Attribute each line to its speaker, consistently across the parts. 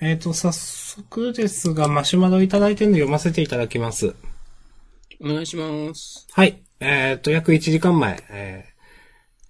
Speaker 1: えっ、と、早速ですが、マシュマロいただいてるの読ませていただきます。
Speaker 2: お願いします。
Speaker 1: はい。えっ、と、約1時間前、えー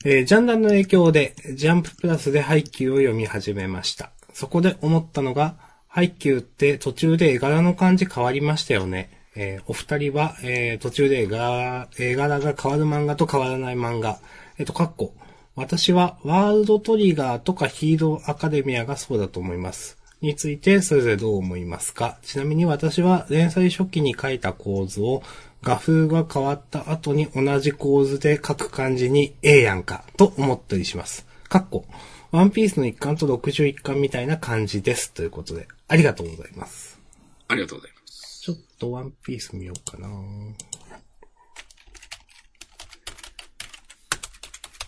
Speaker 1: えージャンダンの影響で、ジャンププラスでハイキューを読み始めました。そこで思ったのが、ハイキューって途中で絵柄の感じ変わりましたよね。えーお二人は、えー途中で絵柄絵柄が変わる漫画と変わらない漫画。えっ、と、かっこ。私は、ワールドトリガーとかヒーローアカデミアがそうだと思います。について、それぞれどう思いますかちなみに私は、連載初期に書いた構図を、画風が変わった後に同じ構図で書く感じに、ええやんか、と思ったりします。かっこ、ワンピースの一巻と61巻みたいな感じです。ということで、ありがとうございます。
Speaker 2: ありがとうございます。
Speaker 1: ちょっとワンピース見ようかな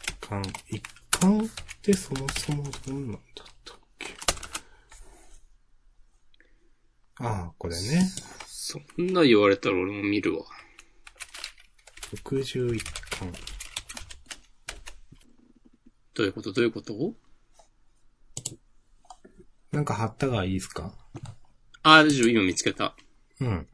Speaker 1: 一巻、一巻ってそもそもどんなんだったっけああ、これね。
Speaker 2: そんな言われたら俺も見るわ。
Speaker 1: 61巻。
Speaker 2: どういうことどういうこと
Speaker 1: なんか貼ったがいいですか
Speaker 2: あ、大丈夫、今見つけた。
Speaker 1: うん。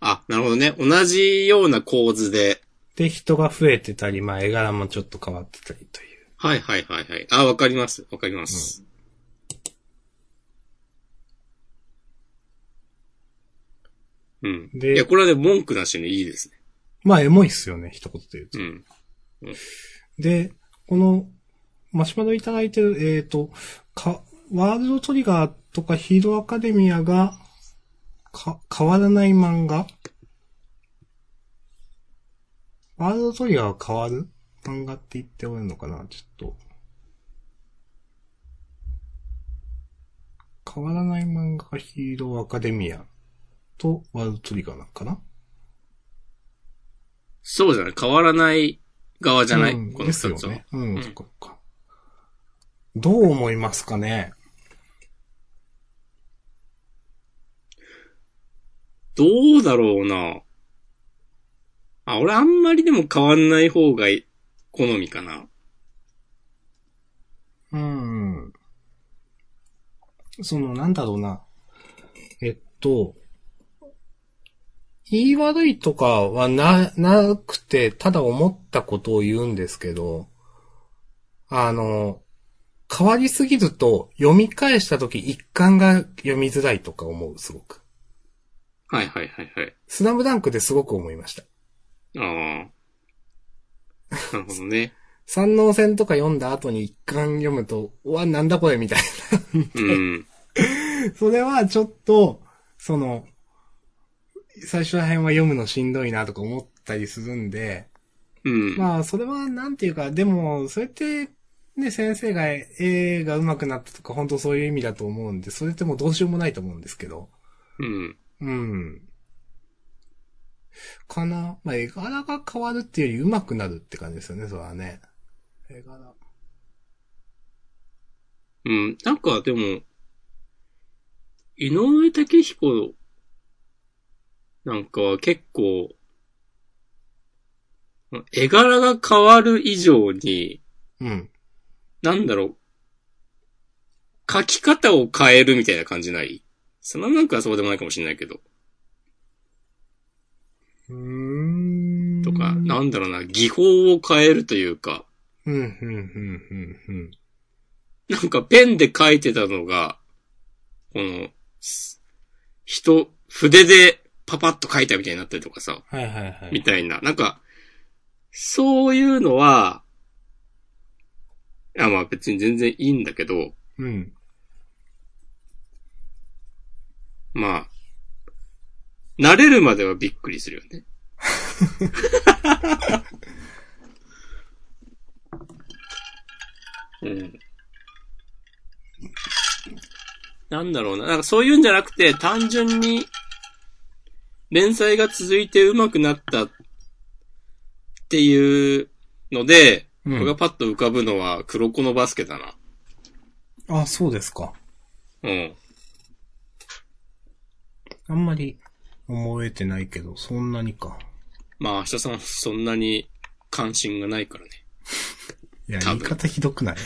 Speaker 2: あ、なるほどね。同じような構図で。
Speaker 1: で、人が増えてたり、まあ、絵柄もちょっと変わってたりという。
Speaker 2: はいはいはいはい。あ、わかります。わかります。うん。
Speaker 1: で
Speaker 2: いや、これはね、文句なしにいいですね。
Speaker 1: まあ、エモいっすよね、一言で言うと。
Speaker 2: うん。
Speaker 1: で、この、マシュマロいただいてる、えっ、と、か、ワールドトリガーとかヒーローアカデミアが、か、変わらない漫画ワールドトリガーは変わる漫画って言っておるのかなちょっと。変わらない漫画がヒーローアカデミアとワールドトリガーなのかな
Speaker 2: そうじゃない。変わらない側じゃない。
Speaker 1: うん
Speaker 2: この
Speaker 1: で
Speaker 2: 二
Speaker 1: す
Speaker 2: つ
Speaker 1: よ
Speaker 2: は。
Speaker 1: ね。う、
Speaker 2: うんん
Speaker 1: そっかそっか。どう思いますかね
Speaker 2: どうだろうな。あ、俺あんまりでも変わんない方がいい好みかな。
Speaker 1: うん。その、なんだろうな。えっと、言い悪いとかはな、なくて、ただ思ったことを言うんですけど、あの、変わりすぎると、読み返したとき一巻が読みづらいとか思う、すごく。
Speaker 2: はいはいはいはい。
Speaker 1: スラムダンクですごく思いました。
Speaker 2: ああ。なるほどね。
Speaker 1: 三能戦とか読んだ後に一巻読むと、うわ、なんだこれみたい
Speaker 2: うん。
Speaker 1: な。 それはちょっと、その、最初ら辺は読むのしんどいなとか思ったりするんで、
Speaker 2: うん。
Speaker 1: まあ、それはなんていうか、でも、それって、ね、先生が絵が上手くなったとか、本当そういう意味だと思うんで、それってもうどうしようもないと思うんですけど。
Speaker 2: うん。
Speaker 1: うん。かな。まあ、絵柄が変わるっていうより上手くなるって感じですよね、それはね。絵柄。
Speaker 2: うん。なんかでも、井上武彦なんかは結構、絵柄が変わる以上に、
Speaker 1: うん。
Speaker 2: なんだろう、書き方を変えるみたいな感じないそのなんかはそうでもないかもしれないけど。
Speaker 1: うーん。
Speaker 2: とか、なんだろうな、技法を変えるというか、
Speaker 1: うん、うん、うん、うん、うん。
Speaker 2: なんかペンで書いてたのが、この、す人、筆でパパッと書いたみたいになったりとかさ、
Speaker 1: はいはいは
Speaker 2: み
Speaker 1: い。
Speaker 2: たいな。なんか、そういうのは、あまあ別に全然いいんだけど、
Speaker 1: うん。
Speaker 2: まあ、慣れるまではびっくりするよね。 うん。なんだろうな。なんかそういうんじゃなくて、単純に、連載が続いて上手くなったっていうので、
Speaker 1: うん
Speaker 2: 僕がパッと浮かぶのは黒子のバスケだな。
Speaker 1: あ、そうですか。
Speaker 2: うん。
Speaker 1: あんまり思えてないけど、そんなにか。
Speaker 2: まあ、明日さんそんなに関心がないからね。
Speaker 1: いや、
Speaker 2: 多
Speaker 1: 言い
Speaker 2: 分
Speaker 1: 方ひどくない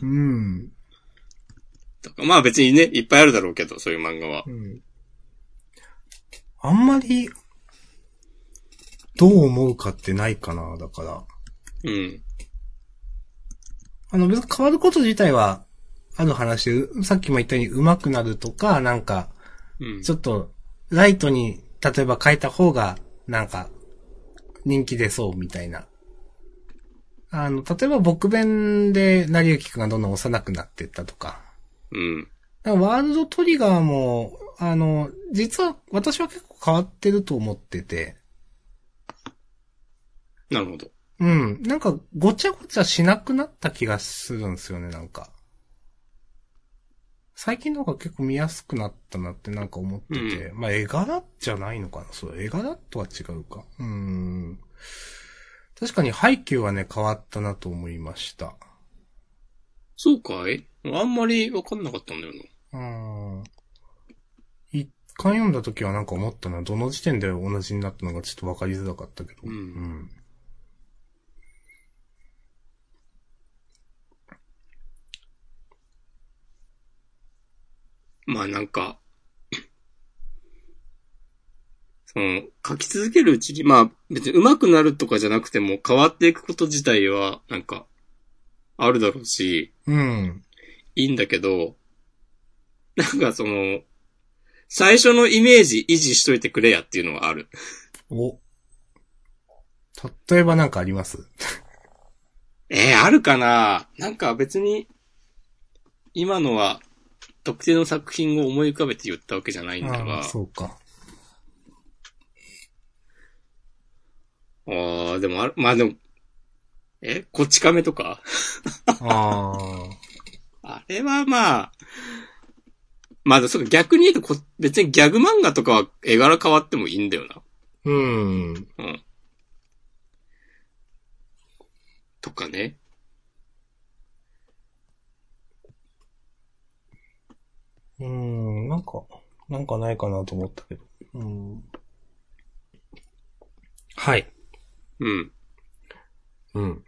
Speaker 1: うん。
Speaker 2: か。まあ別にね、いっぱいあるだろうけど、そういう漫画は。
Speaker 1: うん。あんまり、どう思うかってないかな、だから。
Speaker 2: うん。
Speaker 1: あの、別に変わること自体は、ある話で、うさっきも言ったように上手くなるとか、なんか、
Speaker 2: うん。
Speaker 1: ちょっと、ライトに、例えば変えた方が、なんか、人気出そうみたいな。あの、例えば、僕弁で、成りゆきくんがどんどん幼くなっていったとか。
Speaker 2: うん。
Speaker 1: だからワールドトリガーも、あの、実は、私は結構変わってると思ってて、
Speaker 2: なるほど。
Speaker 1: うん。なんか、ごちゃごちゃしなくなった気がするんですよね、なんか。最近の方が結構見やすくなったなってなんか思ってて。まあ、絵柄じゃないのかなそう、絵柄とは違うか。うーん。確かに配給はね、変わったなと思いました。
Speaker 2: そうかいあんまりわかんなかったんだよな。
Speaker 1: うーん。一巻読んだ時はなんか思ったのは、どの時点で同じになったのかちょっとわかりづらかったけど。
Speaker 2: うん
Speaker 1: ん
Speaker 2: まあなんか、 その、書き続けるうちに、まあ別に上手くなるとかじゃなくても変わっていくこと自体は、なんか、あるだろうし、
Speaker 1: うん。
Speaker 2: いいんだけど、なんかその、最初のイメージ維持しといてくれやっていうのはある。
Speaker 1: お。例えばなんかあります
Speaker 2: えー、あるかななんか別に、今のは、特定の作品を思い浮かべて言ったわけじゃないんだ
Speaker 1: あ
Speaker 2: が
Speaker 1: あ、、そうか。
Speaker 2: ああ、でもある、まあでも、え、こち亀とか
Speaker 1: あ
Speaker 2: あれはまあ、まあ、そうか、逆に言うとこ、別にギャグ漫画とかは絵柄変わってもいいんだよな。
Speaker 1: ー うん。
Speaker 2: うん。とかね。
Speaker 1: うん、なんか、なんかないかなと思ったけど。うん。はい。
Speaker 2: うん。
Speaker 1: うん。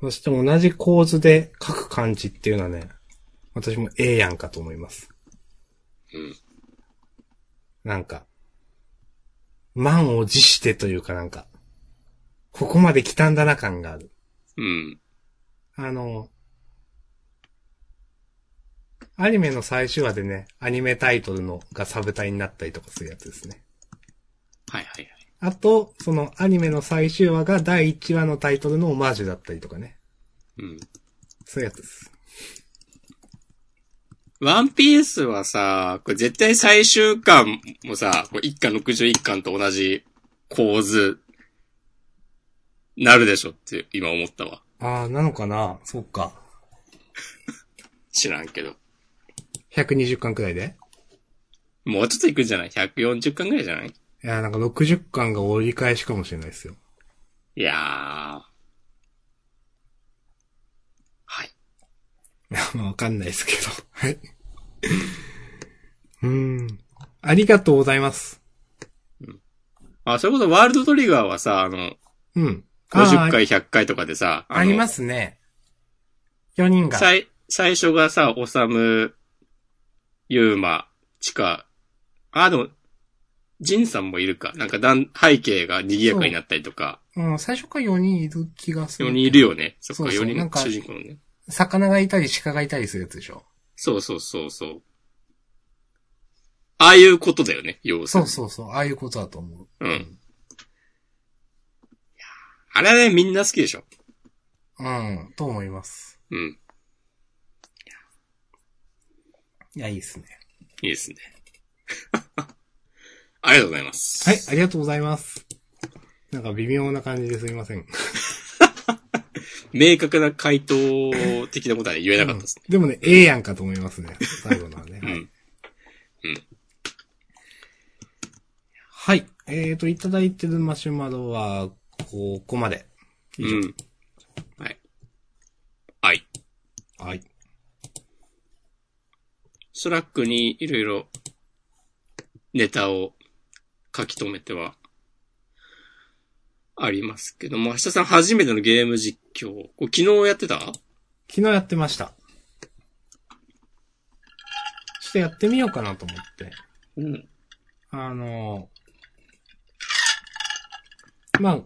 Speaker 1: そして同じ構図で書く感じっていうのはね、私もええやんかと思います。
Speaker 2: うん。
Speaker 1: なんか、満を持してというかなんか、ここまで来たんだな感がある。
Speaker 2: うん。
Speaker 1: あの、アニメの最終話でね、アニメタイトルのがサブタイになったりとかするやつですね。
Speaker 2: はいはいはい。
Speaker 1: あと、そのアニメの最終話が第1話のタイトルのオマージュだったりとかね。
Speaker 2: うん。
Speaker 1: そういうやつです。
Speaker 2: ワンピースはさ、これ絶対最終巻もさ、これ1巻61巻と同じ構図、なるでしょって今思ったわ。
Speaker 1: ああ、なのかなそうか。
Speaker 2: 知らんけど。
Speaker 1: 120巻くらいで
Speaker 2: もうちょっといくんじゃない ?140 巻ぐらいじゃない
Speaker 1: いや、なんか60巻が折り返しかもしれないですよ。
Speaker 2: いやー。はい。
Speaker 1: いや まあわかんないですけど。はい。 うーん。ありがとうございます。
Speaker 2: あ、そういうこと、ワールドトリガーはさ、あの、
Speaker 1: うん。あー
Speaker 2: 50回、100回とかでさ、
Speaker 1: ありますすね。4人が。
Speaker 2: 最、最初がさ、おさむ、ゆうま、ちか、あ、でも、ジンさんもいるか。なんかだん、背景が賑やかになったりとか、
Speaker 1: うん、最初から4人いる気がする。
Speaker 2: 4人いる。よね。そっ
Speaker 1: そ
Speaker 2: か、
Speaker 1: うそう
Speaker 2: 4人
Speaker 1: なん
Speaker 2: の
Speaker 1: か
Speaker 2: 主人公のね。
Speaker 1: 魚がいたり鹿がいたりするやつでしょ。
Speaker 2: そうそうそうそう。ああいうことだよね、要す
Speaker 1: そ
Speaker 2: る
Speaker 1: う
Speaker 2: に
Speaker 1: そうそう、ああいうことだと思う。
Speaker 2: うん。いやあれはね、みんな好きでしょ。
Speaker 1: うん、と思います。
Speaker 2: うん。
Speaker 1: いや、いいですね。
Speaker 2: いいですね。 ありがとうございます。
Speaker 1: はい、ありがとうございます。なんか微妙な感じですみません。
Speaker 2: 明確な回答的なことはね、言えなかったですね。
Speaker 1: でもね、ええやんかと思いますね。最後のはね。
Speaker 2: うん。
Speaker 1: はい。えーと、いただいてるマシュマロは、ここまで。以上
Speaker 2: うん。はい。はい。
Speaker 1: はい。
Speaker 2: ストラックにいろいろネタを書き留めてはありますけども、明日さん初めてのゲーム実況。これ昨日やってた
Speaker 1: 昨日やってました。ょっとやってみようかなと思って。
Speaker 2: うん。
Speaker 1: あの、まあ、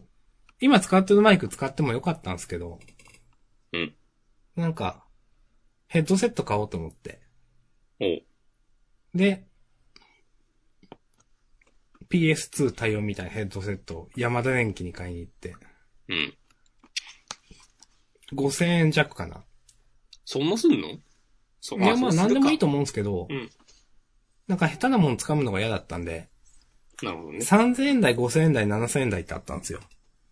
Speaker 1: 今使ってるマイク使ってもよかったんですけど、
Speaker 2: うん。
Speaker 1: なんか、ヘッドセット買おうと思って。
Speaker 2: おう。
Speaker 1: で、PS2 対応みたいなヘッドセットを山田電機に買いに行って、
Speaker 2: うん。
Speaker 1: 5000円弱かな。
Speaker 2: そんなすんのそ
Speaker 1: いや、まあ何でもいいと
Speaker 2: 思
Speaker 1: 思うんですけど、
Speaker 2: うん
Speaker 1: なんか下手なもん掴むのが嫌だったんで、
Speaker 2: う。なるほどね。
Speaker 1: 3000円台、5000円台、7000円台ってあったんですよ。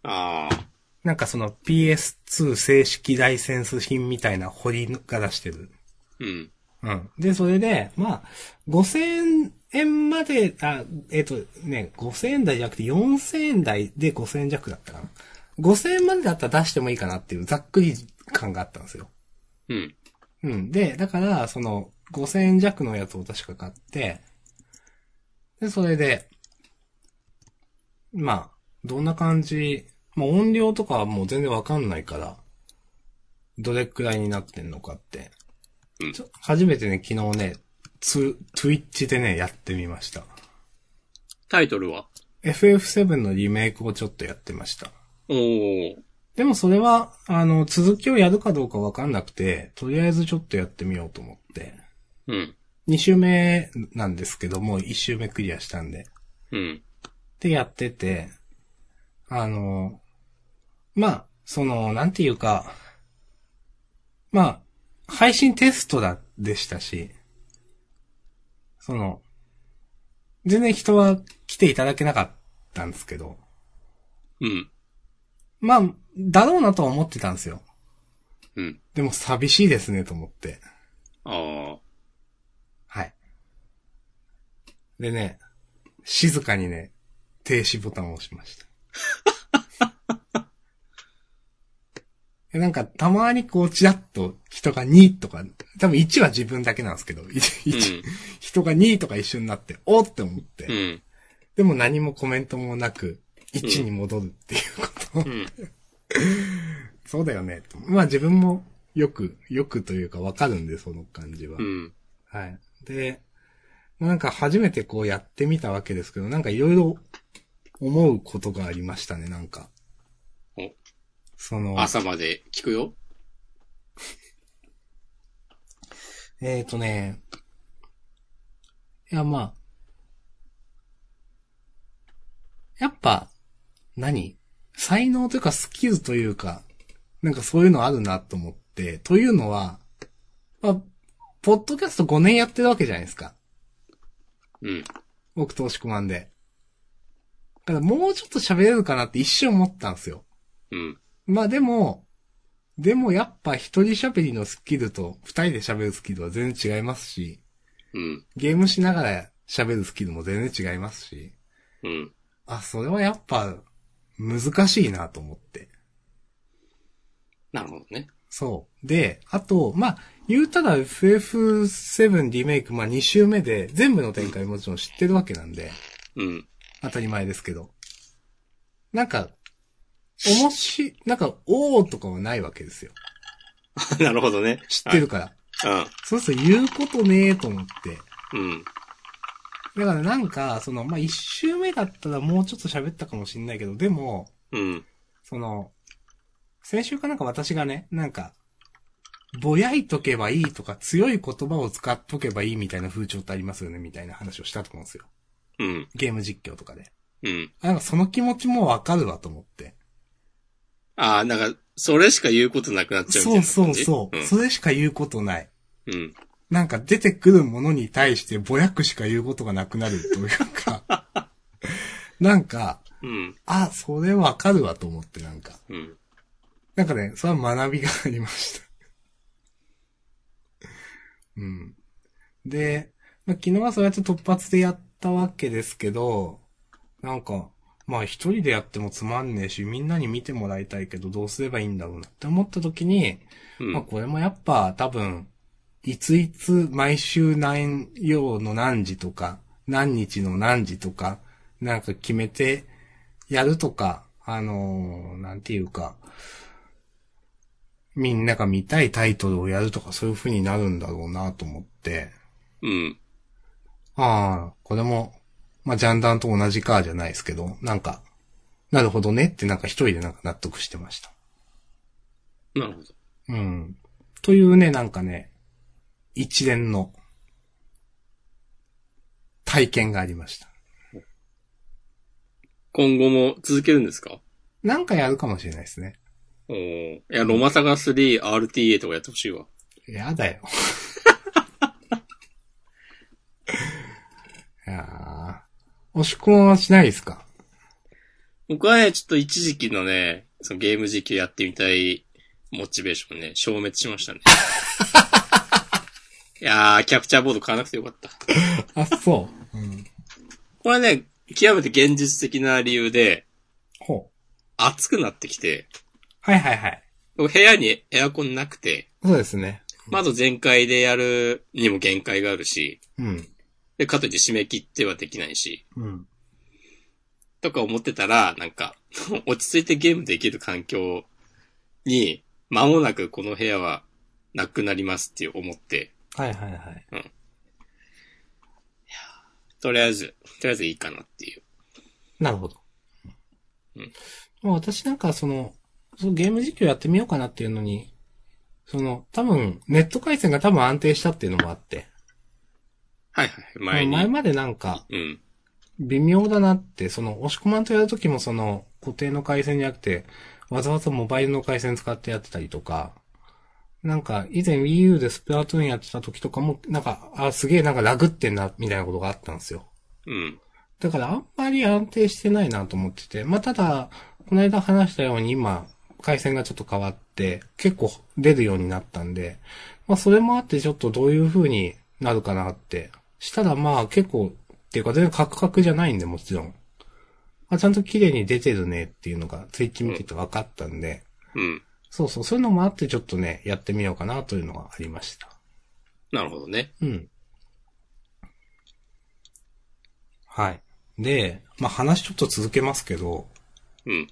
Speaker 2: ああ。
Speaker 1: なんかその PS2 正式ライセンス品みたいな堀が出してる。
Speaker 2: うん。
Speaker 1: うん。で、それで、まあ、5000円まで、あ、えっ、とね、5000円台じゃなくて4000円台で5000円弱だったかな。5000円までだったら出してもいいかなっていうざっくり感があったんですよ。
Speaker 2: うん。
Speaker 1: うん。で、だから、その、5000円弱のやつを確か買って、で、それで、まあ、どんな感じ、まあ音量とかはもう全然わかんないから、どれくらいになってんのかって。
Speaker 2: うん
Speaker 1: ちょ初めてね、昨日ね、ツ、ツイッチでね、やってみました。
Speaker 2: タイトルは
Speaker 1: FF7 のリメイクをちょっとやってました。
Speaker 2: おー。
Speaker 1: でもそれは、あの、続きをやるかどうかわかんなくて、とりあえずちょっとやってみようと思って。
Speaker 2: うん。
Speaker 1: 2周目なんですけども、1周目クリアしたんで。
Speaker 2: うん。
Speaker 1: で、やってて、あの、まあ、その、なんていうか、まあ、配信テストだ、でしたし、その、全然人は来ていただけなかったんですけど、
Speaker 2: うん。
Speaker 1: まあ、だろうなとは思ってたんですよ。
Speaker 2: うん。
Speaker 1: でも寂しいですね、と思って。
Speaker 2: ああ。
Speaker 1: はい。でね、静かにね、停止ボタンを押しました。 えなんか、たまにこう、ちらっと人が2とか、多分1は自分だけなんですけど、
Speaker 2: う
Speaker 1: 1
Speaker 2: ん。
Speaker 1: 人が2とか一緒になって、おーって思って、
Speaker 2: うん。
Speaker 1: でも何もコメントもなく、1に戻るっていうこと を、
Speaker 2: うん。
Speaker 1: そうだよね。とまあ自分もよく、よくというかわかるんで、その感じは。
Speaker 2: うん。
Speaker 1: はい。で、なんか初めてこうやってみたわけですけど、なんかいろいろ思うことがありましたね、なんか
Speaker 2: お。
Speaker 1: その、
Speaker 2: 朝まで聞くよ。
Speaker 1: えっ、ー、とね、いや、まあ、やっぱ、何才能というかスキルというか、なんかそういうのあるなと思って、というのは、まあ、ポッドキャスト5年やってるわけじゃないですか。
Speaker 2: うん。
Speaker 1: 僕投資コマンで。だからもうちょっと喋れるかなって一瞬思ったんですよ。
Speaker 2: うん。
Speaker 1: まあでも、でもやっぱ一人喋りのスキルと二人で喋るスキルは全然違いますし、
Speaker 2: うん。
Speaker 1: ゲームしながら喋るスキルも全然違いますし、
Speaker 2: うん。
Speaker 1: あ、それはやっぱ難しいなと思って。
Speaker 2: なるほどね。
Speaker 1: そう。で、あと、まあ、言うたら FF7 リメイク、まあ2周目で全部の展開もちろん知ってるわけなんで、
Speaker 2: うん。
Speaker 1: 当たり前ですけど。なんか、おもし、なんか、おーとかはないわけですよ。
Speaker 2: なるほどね。
Speaker 1: 知ってるから。
Speaker 2: はい。
Speaker 1: そうすると言うことねーと思って。
Speaker 2: うん。うん。
Speaker 1: だからなんか、その、まあ、一周目だったらもうちょっと喋ったかもしんないけど、でも、
Speaker 2: うん。
Speaker 1: その、先週かなんか私がね、なんか、ぼやいとけばいいとか、強い言葉を使っとけばいいみたいな風潮ってありますよね、みたいな話をしたと思うんですよ。
Speaker 2: うん。
Speaker 1: ゲーム実況とかで。
Speaker 2: うん。
Speaker 1: なんかその気持ちもわかるわと思って。
Speaker 2: ああ、なんか、それしか言うことなくなっちゃうみ
Speaker 1: そ
Speaker 2: たいうな
Speaker 1: そ
Speaker 2: 感
Speaker 1: う
Speaker 2: じ。
Speaker 1: そう。それしか言うことない。
Speaker 2: うん。うん。
Speaker 1: なんか出てくるものに対してぼやくしか言うことがなくなるというか、なんか、
Speaker 2: うん。
Speaker 1: あ、それわかるわと思ってなんか。
Speaker 2: うん。
Speaker 1: なんかね、それは学びがありました。うん。で、まあ、昨日はそうやって突発でやったわけですけど、なんか、まあ一人でやってもつまんねえし、みんなに見てもらいたいけどどうすればいいんだろうなって思った時に、
Speaker 2: うん。
Speaker 1: まあこれもやっぱ多分、いついつ毎週何曜の何時とか、何日の何時とか、なんか決めてやるとか、あのーなんていうか、みんなが見たいタイトルをやるとかそういう風になるんだろうなと思って、
Speaker 2: うん。
Speaker 1: ああ、これも、まあ、ジャンダンと同じかじゃないですけど、なんか、なるほどねってなんか一人でなんか納得してました。
Speaker 2: なるほど。
Speaker 1: うん。というね、なんかね、一連の体験がありました。
Speaker 2: 今後も続けるんですか
Speaker 1: なんかやるかもしれないですね。
Speaker 2: おーいや、ロマサガ 3RTA とかやってほしいわ。
Speaker 1: やだよ。 いやー押し込まはしないですか
Speaker 2: 僕はね、ちょっと一時期のね、そのゲーム時期やってみたいモチベーションね、消滅しましたね。いやー、キャプチャーボード買わなくてよかった。
Speaker 1: あ、そう。うん。
Speaker 2: これね、極めて現実的な理由で、
Speaker 1: ほう。
Speaker 2: 暑くなってきて、
Speaker 1: はいはいはい。
Speaker 2: 僕部屋にエアコンなくて、
Speaker 1: そうですね。
Speaker 2: 窓全開でやるにも限界があるし、
Speaker 1: うん。
Speaker 2: で、かといって締め切ってはできないし、
Speaker 1: うん。
Speaker 2: とか思ってたら、なんか、 落ち着いてゲームできる環境に、間もなくこの部屋はなくなりますって思って、
Speaker 1: はいはいはい。
Speaker 2: とりあえず、とりあえずいいかなっていう。
Speaker 1: なるほど。
Speaker 2: うん
Speaker 1: まあ私なんかその、そのゲーム実況やってみようかなっていうのに、その、多分、ネット回線が多分安定したっていうのもあって、
Speaker 2: はいはいはい、
Speaker 1: まあ
Speaker 2: 前に。
Speaker 1: 前までなんか、
Speaker 2: うん。
Speaker 1: 微妙だなって、その、押し込まんとやるときもその、固定の回線じゃなくて、わざわざモバイルの回線使ってやってたりとか、なんか、以前 Wii U でスプラトゥーンやってた時とかも、なんか、あ、すげえなんかラグってんな、みたいなことがあったんですよ。
Speaker 2: うん。
Speaker 1: だからあんまり安定してないなと思ってて。まあ、ただ、この間話したように今、回線がちょっと変わって、結構出るようになったんで、まあ、それもあってちょっとどういう風になるかなって。したらまあ結構、っていうか全然カクカクじゃないんでもちろん。あ、ちゃんと綺麗に出てるねっていうのが、ツイッチ見てて分かったんで、
Speaker 2: うん。
Speaker 1: そうそう、そういうのもあってちょっとね、やってみようかなというのがありました。
Speaker 2: なるほどね。
Speaker 1: うん。はい。で、まあ話ちょっと続けますけど、
Speaker 2: うん。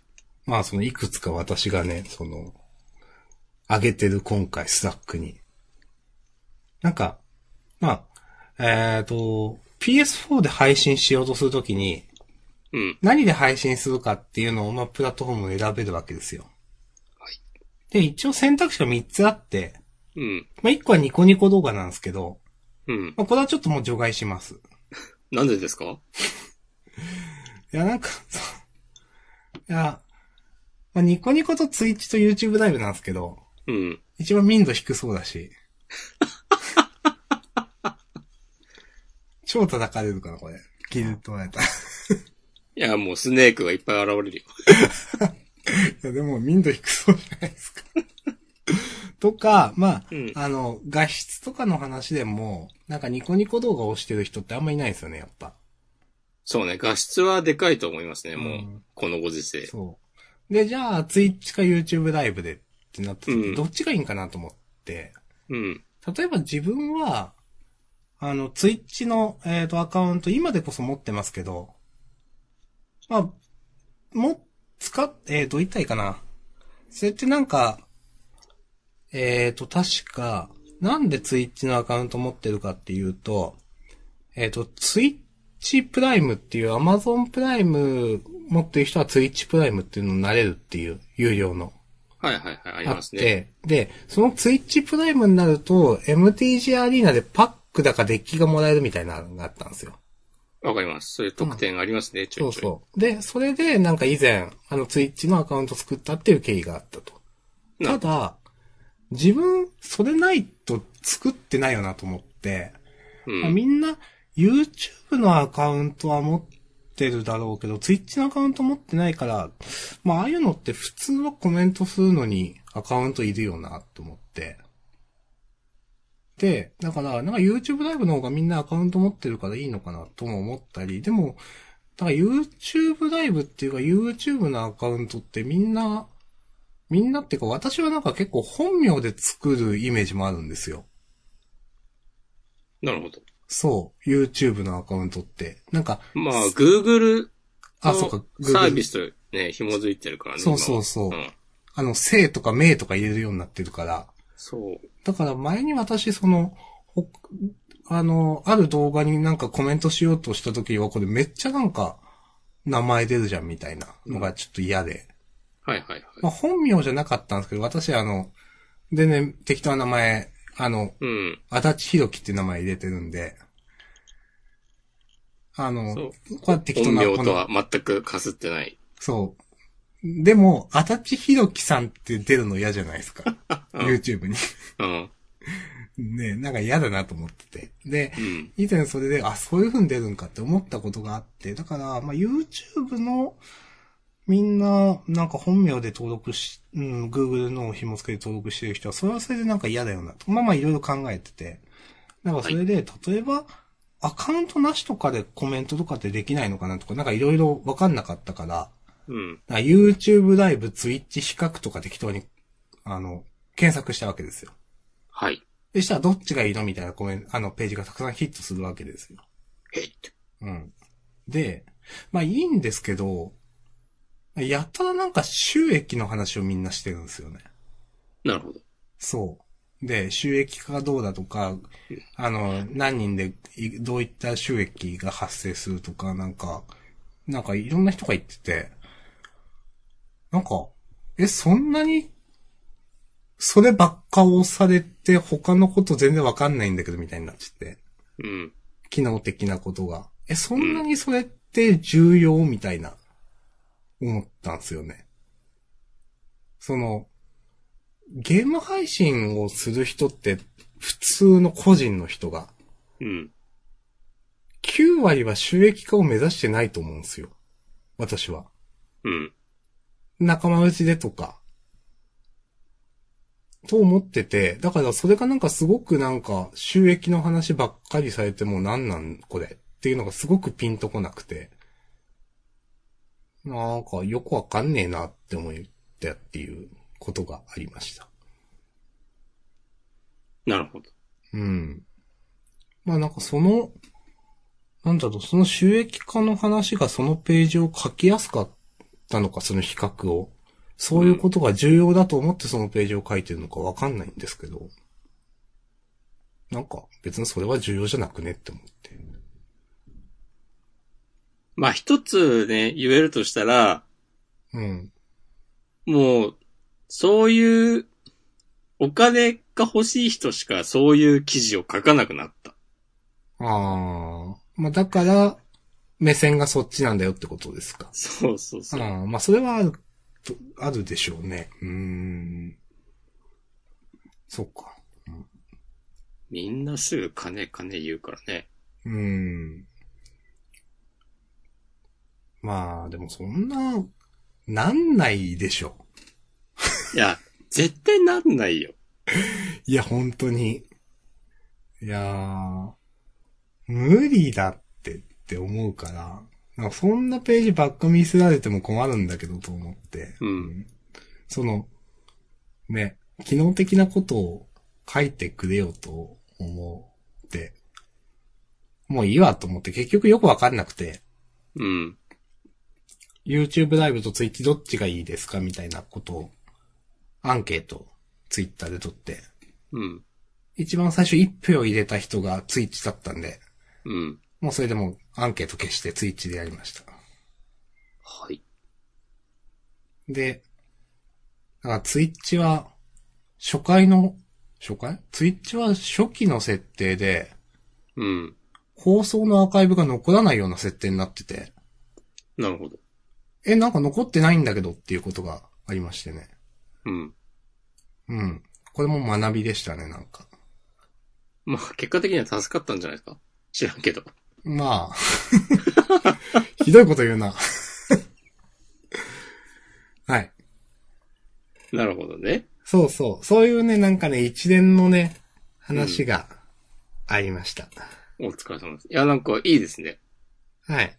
Speaker 1: まあそのいくつか私がね、その、上げてる今回、スラックに。なんか、まあ、えっ、と、PS4 で配信しようとするときに、
Speaker 2: うん。
Speaker 1: 何で配信するかっていうのを、まあ、プラットフォームを選べるわけですよ。
Speaker 2: はい。
Speaker 1: で、一応選択肢が3つあって、
Speaker 2: うん。
Speaker 1: まあ、1個はニコニコ動画なんですけど、
Speaker 2: うん。
Speaker 1: まあ、これはちょっともう除外します。
Speaker 2: なんでですか
Speaker 1: いや、なんか、そう。いや、まあ、ニコニコとツイッチと YouTube ライブなんですけど、
Speaker 2: うん。
Speaker 1: 一番民度低そうだし。 超叩かれるかな、これ。気に取られた。い
Speaker 2: いや、もうスネークがいっぱい現れるよ。
Speaker 1: や、でも民度低そうじゃないですか。 とか、まあ、
Speaker 2: うん
Speaker 1: あの、画質とかの話でも、なんかニコニコ動画を押してる人ってあんまいないですよね、やっぱ。
Speaker 2: そうね、画質はでかいと思いますね、もう。
Speaker 1: うん
Speaker 2: このご時世。
Speaker 1: そう。で、じゃあ、ツイッチか YouTube ライブでってなった時、
Speaker 2: うん
Speaker 1: どっちがいいんかなと思って、
Speaker 2: うん。
Speaker 1: 例えば自分は、あの、ツイッチの、えっ、と、アカウント、今でこそ持ってますけど、まあ、も、使っ、えー、どう言ったらいいかな。それってなんか、えっ、と、確か、なんでツイッチのアカウント持ってるかっていうと、えっ、と、ツイッチプライムっていう、アマゾンプライム持ってる人はツイッチプライムっていうのになれるっていう、有料の。
Speaker 2: はいはいはい、あり
Speaker 1: あ
Speaker 2: ま
Speaker 1: っ
Speaker 2: すね。
Speaker 1: て、で、そのツイッチプライムになると、MTG アリーナでパックだかデッキがもらえるみたいなのがあったんですよ。
Speaker 2: わかります。そういう特典ありますね、ち
Speaker 1: そ
Speaker 2: ょ
Speaker 1: う
Speaker 2: いちょ
Speaker 1: そう。で、それでなんか以前、あのツイッチのアカウント作ったっていう経緯があったと。
Speaker 2: い。
Speaker 1: た
Speaker 2: な
Speaker 1: だ、自分、それないと作ってないよなと思って、
Speaker 2: うん
Speaker 1: まあみんな YouTube のアカウントは持ってるだろうけど、Twitch のアカウント持ってないから、まあああいうのって普通はコメントするのにアカウントいるよなと思って。で、だから、なんか YouTube ライブの方がみんなアカウント持ってるからいいのかなとも思ったり、でも、だから YouTube ライブっていうか YouTube のアカウントってみんな、みんなっていうか私はなんか結構本名で作るイメージもあるんですよ。
Speaker 2: なるほど。
Speaker 1: そう、YouTube のアカウントって。なんか、
Speaker 2: まあ、Google
Speaker 1: あ、
Speaker 2: の
Speaker 1: そうか、
Speaker 2: サービ
Speaker 1: Google。
Speaker 2: スとね、紐づいてるからね。
Speaker 1: そうそうそう
Speaker 2: 今はん
Speaker 1: あの、姓とか名とか入れるようになってるから。
Speaker 2: そう。
Speaker 1: だから前に私、その、ほあの、ある動画になんかコメントしようとした時は、これめっちゃなんか、名前出るじゃんみたいなのがちょっと嫌で。
Speaker 2: はいはいはい。
Speaker 1: まあ、本名じゃなかったんですけど、私あの、全然適当な名前、あの、
Speaker 2: うん。
Speaker 1: 足立弘樹って名前入れてるんで、あの、
Speaker 2: そ
Speaker 1: こ
Speaker 2: う
Speaker 1: うやって適当
Speaker 2: 本
Speaker 1: な、
Speaker 2: 名
Speaker 1: ことの
Speaker 2: は全くかすってない。
Speaker 1: そう。でも、足立弘樹さんって出るの嫌じゃないですか。
Speaker 2: うん
Speaker 1: YouTube に。
Speaker 2: うん。
Speaker 1: ねなんか嫌だなと思ってて。で
Speaker 2: う、ん。
Speaker 1: 以前それで、あ、そういう風に出るんかって思ったことがあって、だから、まあ、YouTube の、みんな、なんか本名で登録し、うん、Google のを紐付けて登録してる人は、それはそれでなんか嫌だよなと。まあまあいろいろ考えてて。なんかそれで、例えば、アカウントなしとかでコメントとかってできないのかなとか、なんかいろいろわかんなかったから、
Speaker 2: うん。
Speaker 1: なんか YouTube ライブ、Twitch 比較とか適当に、あの、検索したわけですよ。
Speaker 2: はい。
Speaker 1: でしたらどっちがいいのみたいなコメント、あの、ページがたくさんヒットするわけですよ。
Speaker 2: へいって。
Speaker 1: うん。で、まあいいんですけど、やたらなんか収益の話をみんなしてるんですよね。
Speaker 2: なるほど。
Speaker 1: そう。で、収益化がどうだとか、あの、何人でいどういった収益が発生するとか、なんか、なんかいろんな人が言ってて、なんか、え、そんなに、そればっかをされて他のこと全然わかんないんだけどみたいになっちゃって。
Speaker 2: うん。
Speaker 1: 機能的なことが。え、そんなにそれって重要みたいな、思ったんですよね。その、ゲーム配信をする人って、普通の個人の人が、
Speaker 2: うん。
Speaker 1: 9割は収益化を目指してないと思うんですよ。私は。
Speaker 2: うん。
Speaker 1: 仲間内でとか、と思ってて、だからそれがなんかすごくなんか収益の話ばっかりされてもなんなんこれっていうのがすごくピンとこなくて、なんかよくわかんねえなって思ったっていうことがありました。
Speaker 2: なるほど。
Speaker 1: うん。まあなんかその、なんだろう、その収益化の話がそのページを書きやすかったのか、その比較を。そういうことが重要だと思ってそのページを書いてるのかわかんないんですけど。なんか別にそれは重要じゃなくねって思って。
Speaker 2: まあ一つね、言えるとしたら、
Speaker 1: うん。
Speaker 2: もう、そういう、お金が欲しい人しかそういう記事を書かなくなった。
Speaker 1: ああ。まあだから、目線がそっちなんだよってことですか。
Speaker 2: そうそうそう。
Speaker 1: うん、まあ、それはあると、あるでしょうね。うーん。そっか。
Speaker 2: みんなすぐ金金言うからね。
Speaker 1: うーん。まあ、でもそんな、なんないでしょ。
Speaker 2: いや、絶対なんないよ。
Speaker 1: いや、本当に。いやー、無理だってって思うから、なんかそんなページばっか見せられても困るんだけどと思って。
Speaker 2: うん。
Speaker 1: その、ね、機能的なことを書いてくれよと思って、もういいわと思って結局よくわかんなくて、
Speaker 2: うん。
Speaker 1: YouTube ライブと Twitch どっちがいいですかみたいなことを、アンケート、Twitter で取って、
Speaker 2: うん。
Speaker 1: 一番最初1票入れた人が Twitch だったんで、
Speaker 2: うん。
Speaker 1: もうそれでもうアンケート消して Twitch でやりました。
Speaker 2: はい。
Speaker 1: で、だからツイッチは、初回の、初回ツイッチは初期の設定で、
Speaker 2: うん。
Speaker 1: 放送のアーカイブが残らないような設定になってて、
Speaker 2: なるほど。
Speaker 1: え、なんか残ってないんだけどっていうことがありましてね。
Speaker 2: うん。
Speaker 1: うん。これも学びでしたね、なんか。
Speaker 2: まあ、結果的には助かったんじゃないですか知らんけど。
Speaker 1: まあ、 ひどいこと言うな。はい。
Speaker 2: なるほどね。
Speaker 1: そうそう。そういうね、なんかね、一連のね、話がありました。
Speaker 2: お疲れ様です。いや、なんかいいですね。
Speaker 1: はい。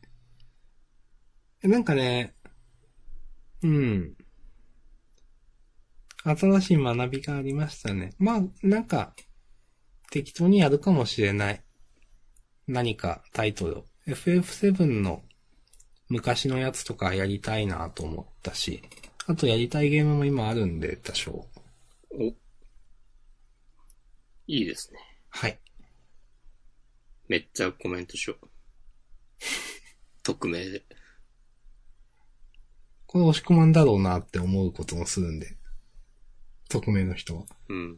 Speaker 1: なんかね、うん。新しい学びがありましたね。まあ、なんか、適当にやるかもしれない。何かタイトルを。FF7 の昔のやつとかやりたいなと思ったし、あとやりたいゲームも今あるんで、多少。
Speaker 2: お。いいですね。
Speaker 1: はい。
Speaker 2: めっちゃコメントしよう。匿名で。
Speaker 1: これ押し込まんだろうなって思うこともするんで。匿名の人は。
Speaker 2: うん。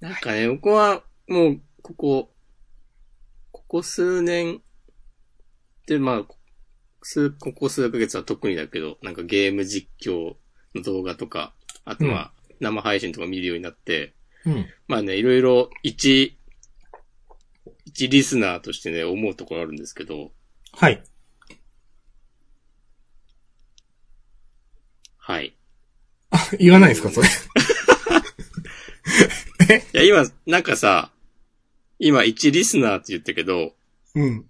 Speaker 2: なんかね、僕は、もう、ここ、ここ数年、で、まあ、こ数、ここ数ヶ月は特にだけど、なんかゲーム実況の動画とか、あとは生配信とか見るようになって、
Speaker 1: うん。
Speaker 2: まあね、いろいろ、一、一リスナーとしてね、思うところあるんですけど、
Speaker 1: はい。
Speaker 2: はい。
Speaker 1: 言わないですか、それ。
Speaker 2: いや、今、なんかさ、今、一リスナーって言ったけど、
Speaker 1: うん。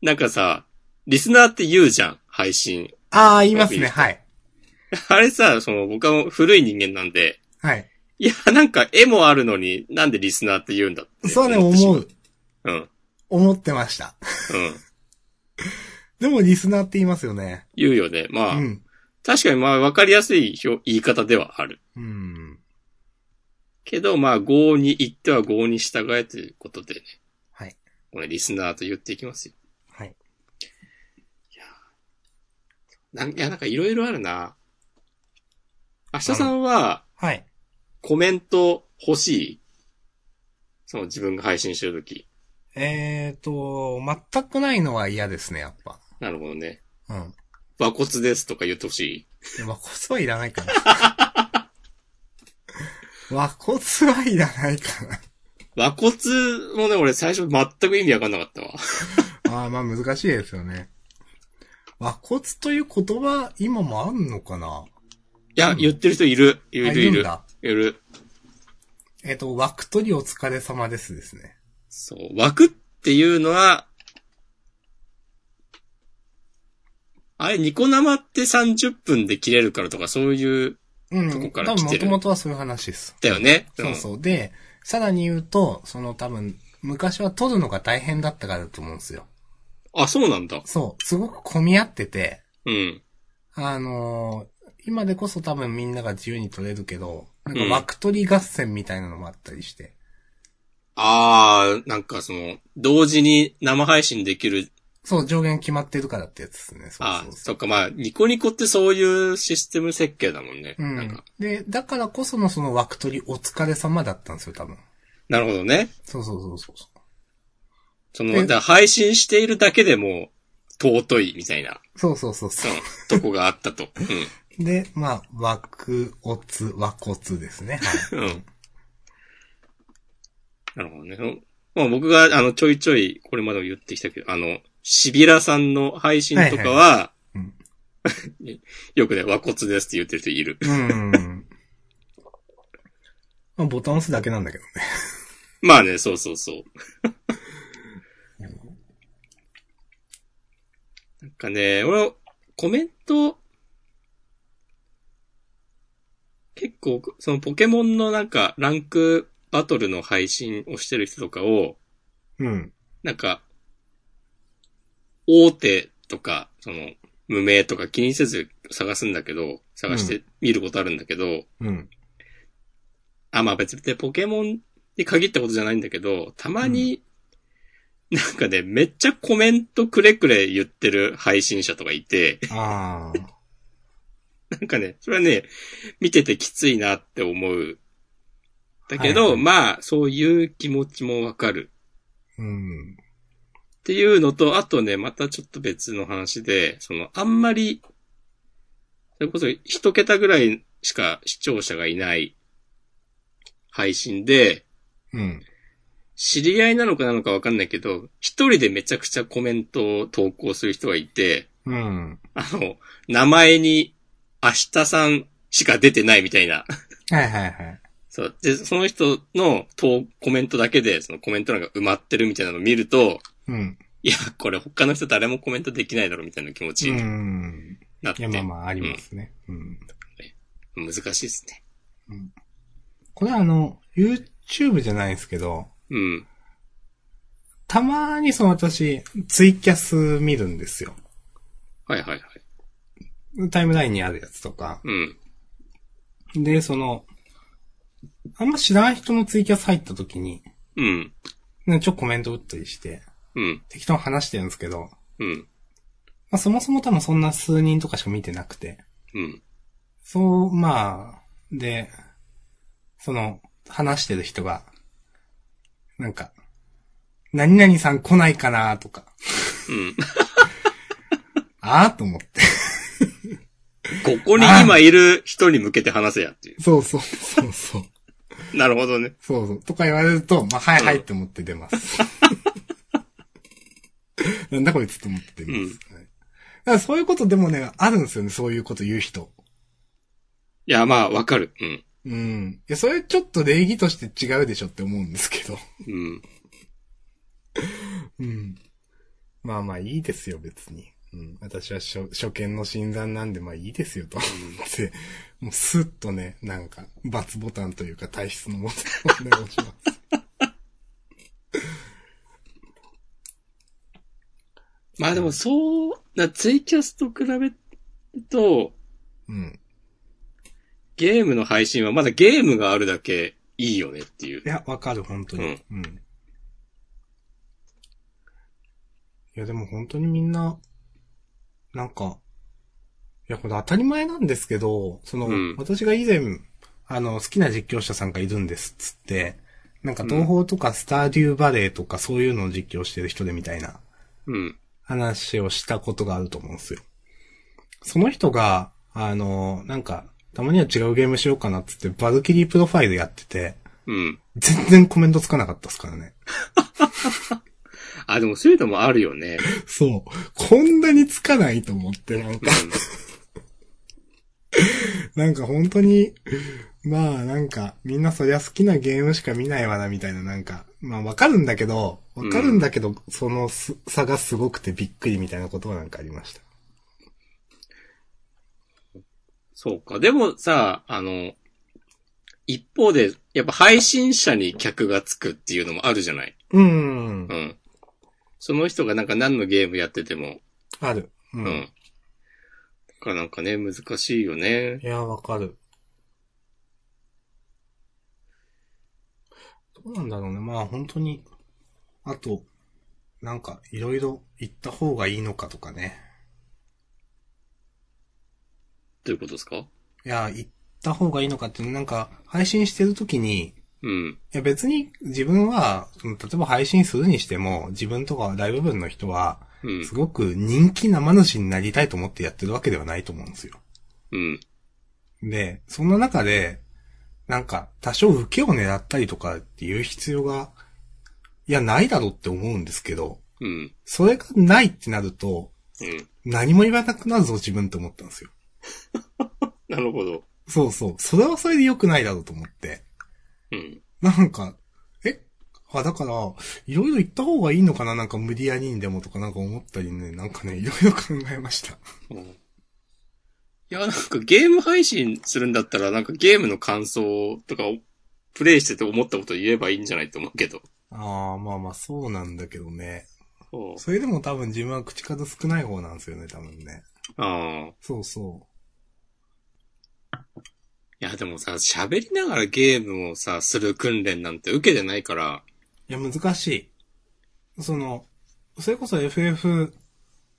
Speaker 2: なんかさ、リスナーって言うじゃん、配信。
Speaker 1: ああ、言いますね。はい。
Speaker 2: あれさ、その、僕はもう古い人間なんで、
Speaker 1: はい。
Speaker 2: いや、なんか絵もあるのに、なんでリスナーって言うんだって。
Speaker 1: そうね、
Speaker 2: ってしま
Speaker 1: 思う。
Speaker 2: う。うん。うん。
Speaker 1: 思ってました。でもリスナーって言いますよね。
Speaker 2: 言うよね。
Speaker 1: う
Speaker 2: まあ、
Speaker 1: ん。
Speaker 2: 確かにまあ、わかりやすい表言い方ではある。
Speaker 1: うん。
Speaker 2: けど、まあ、合に言っては合に従えということでね。
Speaker 1: はい。
Speaker 2: これ、リスナーと言っていきますよ。
Speaker 1: はい。
Speaker 2: なんいや、なんかいろいろあるな。明日さんは、
Speaker 1: はい。
Speaker 2: コメント欲しいその自分が配信してるとき。
Speaker 1: えーと、全くないのは嫌ですね、やっぱ。
Speaker 2: なるほどね。
Speaker 1: うん。
Speaker 2: 和骨ですとか言ってほしい。
Speaker 1: で和骨はいらないかな。 和骨はいらないかな。
Speaker 2: 和骨もね、俺最初全く意味わかんなかったわ。
Speaker 1: ああ、まあ難しいですよね。和骨という言葉、今もあんのかない
Speaker 2: や、言ってる人いる。い
Speaker 1: あ
Speaker 2: る、い
Speaker 1: るん
Speaker 2: る。
Speaker 1: だ。
Speaker 2: いる。
Speaker 1: えっ、と、枠取りお疲れ様ですですね。
Speaker 2: そう。枠っていうのは、あれ、ニコ生って30分で切れるからとか、そういう、
Speaker 1: うん。
Speaker 2: どこから
Speaker 1: 多分
Speaker 2: 来て
Speaker 1: も
Speaker 2: る
Speaker 1: ともとはそういう話です。
Speaker 2: だよね。
Speaker 1: そうそう。で、さらに言うと、その多分、昔は取るのが大変だったからだと思うんですよ。
Speaker 2: うん。あ、そうなんだ。
Speaker 1: そう。すごく混み合ってて、
Speaker 2: うん。
Speaker 1: あのー今でこそ多分みんなが自由に取れるけど、なん
Speaker 2: うん
Speaker 1: か枠取り合戦みたいなのもあったりして。
Speaker 2: あー、なんかその、同時に生配信できる。
Speaker 1: そう、上限決まってるからってやつですね。そう
Speaker 2: あ
Speaker 1: そうそ。
Speaker 2: そうっか、まあ、ニコニコってそういうシステム設計だもんね。
Speaker 1: う
Speaker 2: なん
Speaker 1: ん
Speaker 2: か。。
Speaker 1: で、だからこそのその枠取りお疲れ様だったんですよ、多分。
Speaker 2: なるほどね。
Speaker 1: そうそうそうそうそう。
Speaker 2: その、
Speaker 1: え
Speaker 2: だから配信しているだけでも、尊いみたいな、
Speaker 1: そうそうそうそう。
Speaker 2: うん、とこがあった と。うん。
Speaker 1: で、まあ、枠おつ、和骨ですね。はい。
Speaker 2: うん。なるほどね。うんまあ僕が、あの、ちょいちょい、これまでも言ってきたけど、あの、しびらさんの配信とかは、
Speaker 1: いはい
Speaker 2: よくね、和骨ですって言ってる人いる。
Speaker 1: うん。 まあ、ボタン押すだけなんだけどね。
Speaker 2: まあね、そうそうそう。なんかね、俺は、コメント、結構、そのポケモンのなんか、ランクバトルの配信をしてる人とかを、
Speaker 1: うん。
Speaker 2: なんか、大手とか、その、無名とか気にせず探すんだけど、探して見ることあるんだけど、
Speaker 1: うん。
Speaker 2: あ、まあ別にポケモンに限ったことじゃないんだけど、たまに、なんかね、めっちゃコメントくれくれ言ってる配信者とかいて、
Speaker 1: ああ。
Speaker 2: なんかね、それはね、見ててきついなって思う。だけど、
Speaker 1: はいはい
Speaker 2: まあ、そういう気持ちもわかる。
Speaker 1: うん。
Speaker 2: っていうのと、あとね、またちょっと別の話で、その、あんまり、それこそ一桁ぐらいしか視聴者がいない配信で、
Speaker 1: うん。
Speaker 2: 知り合いなのかなのかわかんないけど、一人でめちゃくちゃコメントを投稿する人がいて、
Speaker 1: うん。
Speaker 2: あの、名前に明日さんしか出てないみたいな。
Speaker 1: はいはいはい。
Speaker 2: そう。で、その人の投コメントだけで、そのコメント欄が埋まってるみたいなのを見ると、
Speaker 1: うん。
Speaker 2: いや、これ他の人誰もコメントできないだろうみたいな気持ち
Speaker 1: う
Speaker 2: に
Speaker 1: ん。
Speaker 2: なっ
Speaker 1: い
Speaker 2: て、
Speaker 1: や、まあまあ、ありますね。うん。
Speaker 2: 難しいですね。
Speaker 1: これはあの、YouTube じゃないですけど、
Speaker 2: うん。
Speaker 1: たまにその私、ツイキャス見るんですよ。
Speaker 2: はいはいはい。
Speaker 1: タイムラインにあるやつとか。
Speaker 2: うん。
Speaker 1: で、その、あんま知らない人のツイキャス入った時に、
Speaker 2: うん。
Speaker 1: ねちょっとコメント打ったりして、
Speaker 2: うん。
Speaker 1: 適当に話してるんですけど、
Speaker 2: うん。
Speaker 1: まあそもそも多分そんな数人とかしか見てなくて、
Speaker 2: うん。
Speaker 1: そう、まあ、で、その、話してる人が、なんか、何々さん来ないかなとか、
Speaker 2: うん。
Speaker 1: ああと思って。
Speaker 2: ここに今いる人に向けて話せやってい
Speaker 1: そうそう、そうそう。
Speaker 2: う。なるほどね。
Speaker 1: そうそう。とか言われると、まあ、はいはいって思って出ます。 なんだこいつと思って出ます。はいだからそういうことでもね、あるんですよね、そういうこと言う人。
Speaker 2: いや、まあ、わかる。うん。
Speaker 1: うん。いや、それちょっと礼儀として違うでしょって思うんですけど。
Speaker 2: うん。
Speaker 1: うん。まあまあいいですよ、別に。うん。私は初初見の診断なんで、まあいいですよ、と 思って、もうスッとね、なんか、罰ボタンというか体質のボタンをね押します。
Speaker 2: まあでも、そう、な、ツイキャスと比べると、
Speaker 1: うん。
Speaker 2: ゲームの配信はまだゲームがあるだけいいよねっていう
Speaker 1: い。や、わかる、本当に。
Speaker 2: うん。
Speaker 1: うん。いや、でも本当にみんな、なんか、いや、これ当たり前なんですけど、その、
Speaker 2: うん
Speaker 1: 私が以前、あの、好きな実況者さんがいるんですっつって、なんか東宝とかスターデューバレーとかそういうのを実況してる人でみたいな
Speaker 2: うん。
Speaker 1: 話をしたことがあると思うんですよ。その人が、あの、なんか、たまには違うゲームしようかなっつって、バルキリープロファイルやってて、
Speaker 2: うん。
Speaker 1: 全然コメントつかなかったですからね。
Speaker 2: あ、でもそういうのもあるよね。
Speaker 1: そう。こんなにつかないと思って、なんか、なんか本当に、まあなんか、みんなそりゃ好きなゲームしか見ないわな、みたいな、なんか、まあわかるんだけど、わかるんだけど、そのす差がすごくてびっくりみたいなことはなんかありました。
Speaker 2: そうか。でもさ、あの、一方で、やっぱ配信者に客がつくっていうのもあるじゃない。
Speaker 1: うん
Speaker 2: う。ん。その人がなんか何のゲームやってても。
Speaker 1: ある。う。
Speaker 2: うんん。だからなんかね、難しいよね。
Speaker 1: いや、わかる。どうなんだろうね。まあ本当に、あと、なんかいろいろ行った方がいいのかとかね。
Speaker 2: どういうことですか
Speaker 1: いや、行った方がいいのかっていうの、なんか、配信してるときに、い
Speaker 2: うん。
Speaker 1: や別に自分は、その例えば配信するにしても、自分とか大部分の人は、
Speaker 2: うん
Speaker 1: す。ごく人気生主になりたいと思ってやってるわけではないと思うんですよ。
Speaker 2: うん。
Speaker 1: で、そんな中で、なんか、多少受けを狙ったりとかっていう必要が、いや、ないだろうって思うんですけど、
Speaker 2: うん。
Speaker 1: それがないってなると、
Speaker 2: うん。
Speaker 1: 何も言わなくなるぞ、自分って思ったんですよ。
Speaker 2: なるほど。
Speaker 1: そうそう。それはそれで良くないだろうと思って。
Speaker 2: うん。
Speaker 1: なんか、えあ、だから、いろいろ行った方がいいのかななんか無理やりにでもとかなんか思ったりね、なんかね、いろいろ考えました。
Speaker 2: うんいや、なんかゲーム配信するんだったら、なんかゲームの感想とかをプレイしてて思ったこと言えばいいんじゃないと思うけど。
Speaker 1: ああ、まあまあそうなんだけどね。
Speaker 2: そう
Speaker 1: それでも多分自分は口数少ない方なんですよね、多分ね。
Speaker 2: ああ。
Speaker 1: そうそ
Speaker 2: いや、でもさ、喋りながらゲームをさ、する訓練なんて受けてないから、
Speaker 1: う。いや、難しい。その、それこそ FF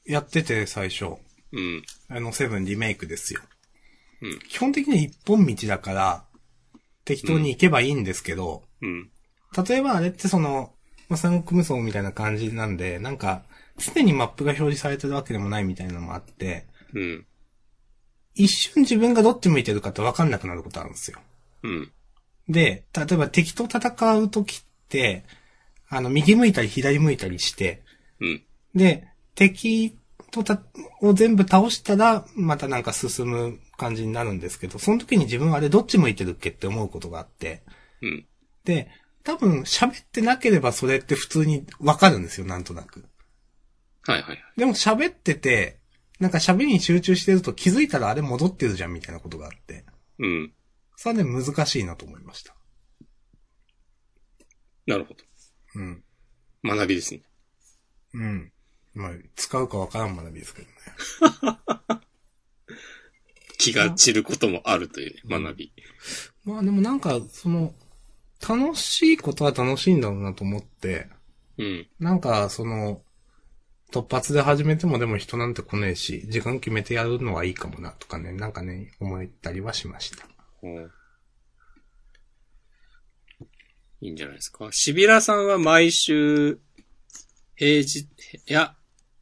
Speaker 1: やってて最初。
Speaker 2: うん。
Speaker 1: あの、セブンリメイクですよ。
Speaker 2: うん
Speaker 1: 基本的に一本道だから、適当に行けばいいんですけど、
Speaker 2: うん。
Speaker 1: 例えばあれってその、まあ、三国無双みたいな感じなんで、なんか、常にマップが表示されてるわけでもないみたいなのもあって、
Speaker 2: うん。
Speaker 1: 一瞬自分がどっち向いてるかってわかんなくなることあるんですよ。
Speaker 2: うん。
Speaker 1: で、例えば敵と戦うときって、あの、右向いたり左向いたりして、
Speaker 2: うん。
Speaker 1: で、敵とた、を全部倒したら、またなんか進む感じになるんですけど、その時に自分はあれどっち向いてるっけって思うことがあって、
Speaker 2: うん。
Speaker 1: で、多分喋ってなければそれって普通にわかるんですよ、なんとなく。
Speaker 2: はいはいはい。
Speaker 1: でも喋ってて、なんか喋りに集中してると気づいたらあれ戻ってるじゃんみたいなことがあって。
Speaker 2: うん。
Speaker 1: それはね、難しいなと思いました。
Speaker 2: なるほど。
Speaker 1: うん。
Speaker 2: 学びですね。
Speaker 1: うん。まあ、使うかわからん学びですけどね。
Speaker 2: 気が散ることもあるというね、学び。
Speaker 1: まあでもなんか、その、楽しいことは楽しいんだろうなと思って、
Speaker 2: うん。
Speaker 1: なんか、その、突発で始めてもでも人なんて来ねえし、時間決めてやるのはいいかもなとかね、なんかね、思ったりはしました。
Speaker 2: うんいいんじゃないですか。しびらさんは毎週、平日、いや、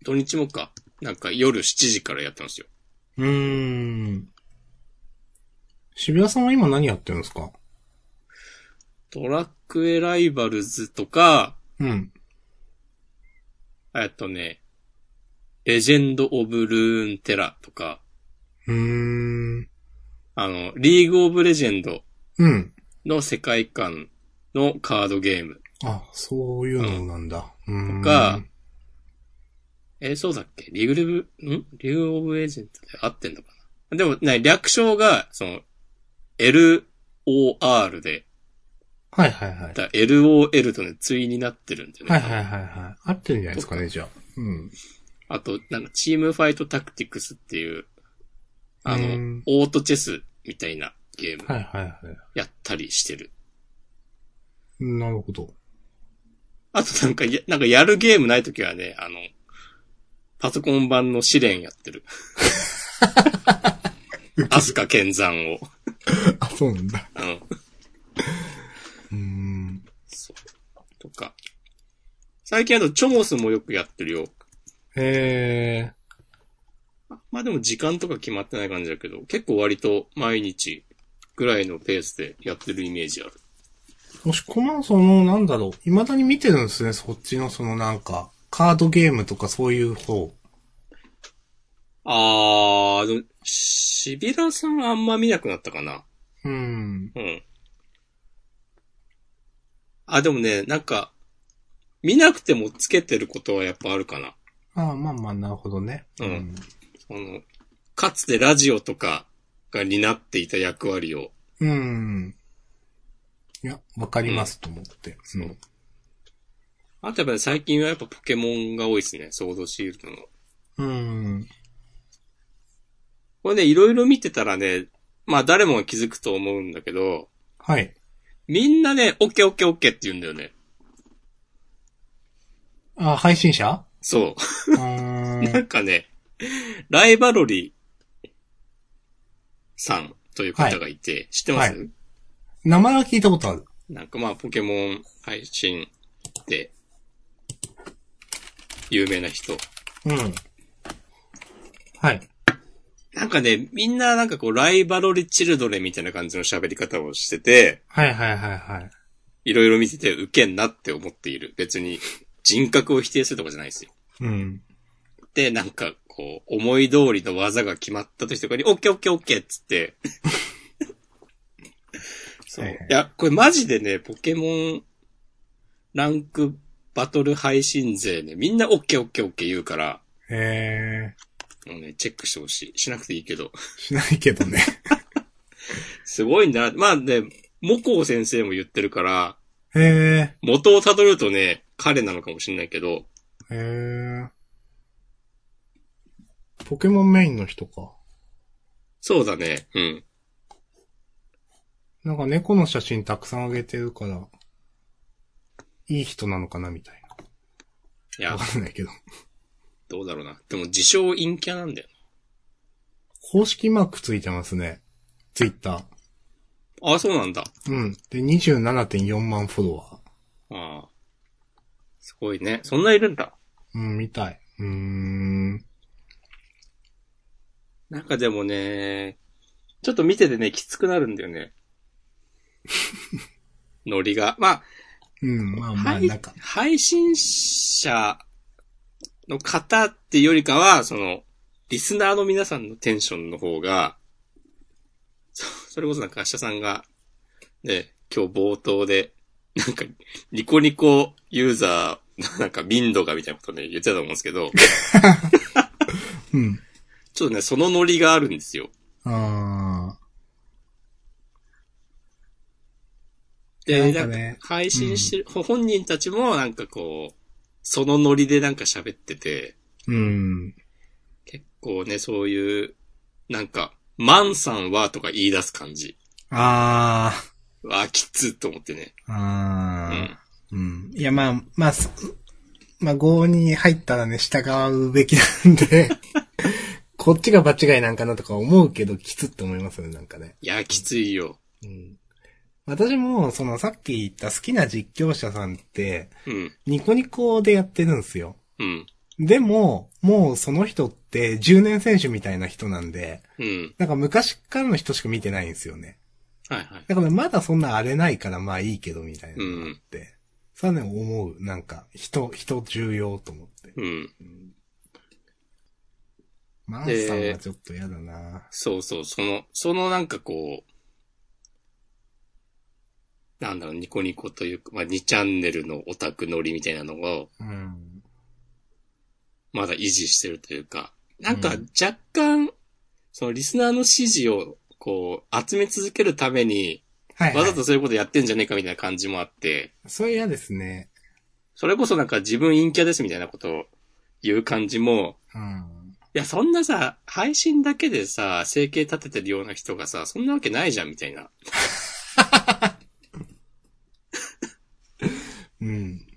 Speaker 2: 土日もか。なんか夜7時からやってますよ。
Speaker 1: うーん。渋谷さんは今何やってるんですか
Speaker 2: ドラクエライバルズとか、
Speaker 1: うん。
Speaker 2: えっとね、レジェンド・オブ・ルーン・テラとか、
Speaker 1: うーん。
Speaker 2: あの、リーグ・オブ・レジェンド
Speaker 1: うん。
Speaker 2: の世界観のカードゲーム。
Speaker 1: あ、そういうのなんだ。うーん。
Speaker 2: とか、えーそうだっけリグルブ、んリグオブエージェントで合ってんのかなでも、ね、略称が、その、LOR で、
Speaker 1: はいはいはい。
Speaker 2: だ LOL とね、対になってるんでね。
Speaker 1: はいはいはいはい。合ってるんじゃないですかね、じゃあ。うん。
Speaker 2: あと、なんか、チームファイトタクティクスっていう、あの、
Speaker 1: うん
Speaker 2: オートチェスみたいなゲーム
Speaker 1: はいはいはい。
Speaker 2: やったりしてる。
Speaker 1: なるほど。
Speaker 2: あとなんかや、なんかやるゲームないときはね、あの、パソコン版の試練やっ てる。アスカ剣山を。
Speaker 1: あ、そうなんだ。うー
Speaker 2: うん。
Speaker 1: ん。
Speaker 2: とか。最近あと、チョモスもよくやってるよ。
Speaker 1: え
Speaker 2: まあでも時間とか決まってない感じだけど、結構割と毎日ぐらいのペースでやってるイメージある。
Speaker 1: ー、もしこまんその、なんだろう、未だに見てるんですね、そっちのそのなんか、カードゲームとかそういう方。
Speaker 2: あー、でも、しびらさんはあんま見なくなったかな。
Speaker 1: うん。
Speaker 2: うん。あ、でもね、なんか、見なくてもつけてることはやっぱあるかな。
Speaker 1: ああ、まあまあ、なるほどね。
Speaker 2: うんその、かつてラジオとかが担っていた役割を、
Speaker 1: うん。うん。いや、わかりますと思って。
Speaker 2: そうあとやっぱり最近はやっぱポケモンが多いですね。ソードシールドの。
Speaker 1: うん。
Speaker 2: これね、いろいろ見てたらね、まあ誰もが気づくと思うんだけど、
Speaker 1: はい。
Speaker 2: みんなね、オッケーオッケーオッケーって言うんだよね。
Speaker 1: あ、配信 者
Speaker 2: そうう。
Speaker 1: ー。
Speaker 2: なんんかね、ライバロリーさんという方がいて、知ってます、
Speaker 1: は名前は聞いたことある。
Speaker 2: なんかまあポケモン配信で、有名な人。
Speaker 1: うん。はい。
Speaker 2: なんかね、みんななんかこう、ライバロリチルドレみたいな感じの喋り方をしてて、
Speaker 1: はいはいはいはい。
Speaker 2: いろいろ見ててウケんなって思っている。別に人格を否定するとかじゃないですよ。
Speaker 1: うん。
Speaker 2: で、なんかこう、思い通りの技が決まった時とかに、オッケーオッケーオッケーっつって。そう。
Speaker 1: はい
Speaker 2: い
Speaker 1: はい
Speaker 2: や、これマジでね、ポケモンランクバトル配信勢ね、みんなオッケーオッケーオッケー言うから、
Speaker 1: え
Speaker 2: もうね、チェックしてほしい。しなくていいけど。
Speaker 1: ー、しないけど ね。
Speaker 2: すごいんだな。まあね、モコウ先生も言ってるから、
Speaker 1: え
Speaker 2: 元をたどるとね、彼なのかもしれないけど、
Speaker 1: ー、えー。ポケモンメインの人か。
Speaker 2: そうだね。うん。
Speaker 1: なんか猫の写真たくさんあげてるから、いい人なのかなみたい
Speaker 2: い
Speaker 1: な。
Speaker 2: や
Speaker 1: わ、かんないけど。
Speaker 2: どうだろうな。でも、自称陰キャなんだよ。
Speaker 1: 公式マークついてますね。ツイッター。
Speaker 2: ああ、そうなんだ。
Speaker 1: うん。で、27.4万フォロワー。
Speaker 2: ああ。すごいね。そんないるんだ。
Speaker 1: うん、みたい。うーん。
Speaker 2: なんかでもね、ちょっと見ててね、きつくなるんだよね。ノリが。ま
Speaker 1: うん、まあ
Speaker 2: あ、
Speaker 1: まあ、
Speaker 2: 配
Speaker 1: なんか。
Speaker 2: 配信者の方っていうよりかは、その、リスナーの皆さんのテンションの方が、そそれこそなんか、明日さんが、ね、今日冒頭で、なんか、ニコニコユーザー、なんか、民度がみたいなことね、言ってたと思うんですけど、
Speaker 1: うん。
Speaker 2: ちょっとね、そのノリがあるんですよ。
Speaker 1: あな
Speaker 2: で、なんん
Speaker 1: か
Speaker 2: か
Speaker 1: ね
Speaker 2: 配信してる、ほ本人たちもなんかこう、そのノリでなんか喋ってて、
Speaker 1: ー。うん。
Speaker 2: 結構ね、そういう、なんか、マンさんはとか言い出す感じ。
Speaker 1: あー。
Speaker 2: うわ、きつっと思ってね。う
Speaker 1: あ
Speaker 2: ん。
Speaker 1: ーうん。いや、まあ、まあ、そまあ、合に入ったらね、従うべきなんで、こっちが場違いなんかなとか思うけど、きつって思いますね、なんかね。
Speaker 2: いや、きついよ。
Speaker 1: うん。私も、その、さっき言った好きな実況者さんって、
Speaker 2: うん。
Speaker 1: ニコニコでやってるんですよ。
Speaker 2: うん。
Speaker 1: でも、もうその人って10年選手みたいな人なんで、
Speaker 2: うん。
Speaker 1: なんか昔からの人しか見てないんですよね。
Speaker 2: はいはい。
Speaker 1: だからまだそんな荒れないからまあいいけどみたいなのがあって。それはね、思う。なんか、人、人重要と思って。
Speaker 2: うん。
Speaker 1: マンさんはちょっと嫌だな、
Speaker 2: そうそう、その、そのなんかこう、なんだろう、ニコニコというか、まあ、2チャンネルのオタクノリみたいなのを、
Speaker 1: うん。
Speaker 2: まだ維持してるというか、なんか
Speaker 1: うん
Speaker 2: 若干、そのリスナーの支持を、こう、集め続けるために、
Speaker 1: はい、は
Speaker 2: わ
Speaker 1: い。
Speaker 2: ざとそういうことやってんじゃねえかみたいな感じもあって、
Speaker 1: それ嫌ですね。
Speaker 2: それこそなんか自分陰キャですみたいなことを言う感じも、
Speaker 1: うん。
Speaker 2: いや、そんなさ、配信だけでさ、生計立ててるような人がさ、そんなわけないじゃんみたいな。
Speaker 1: うん。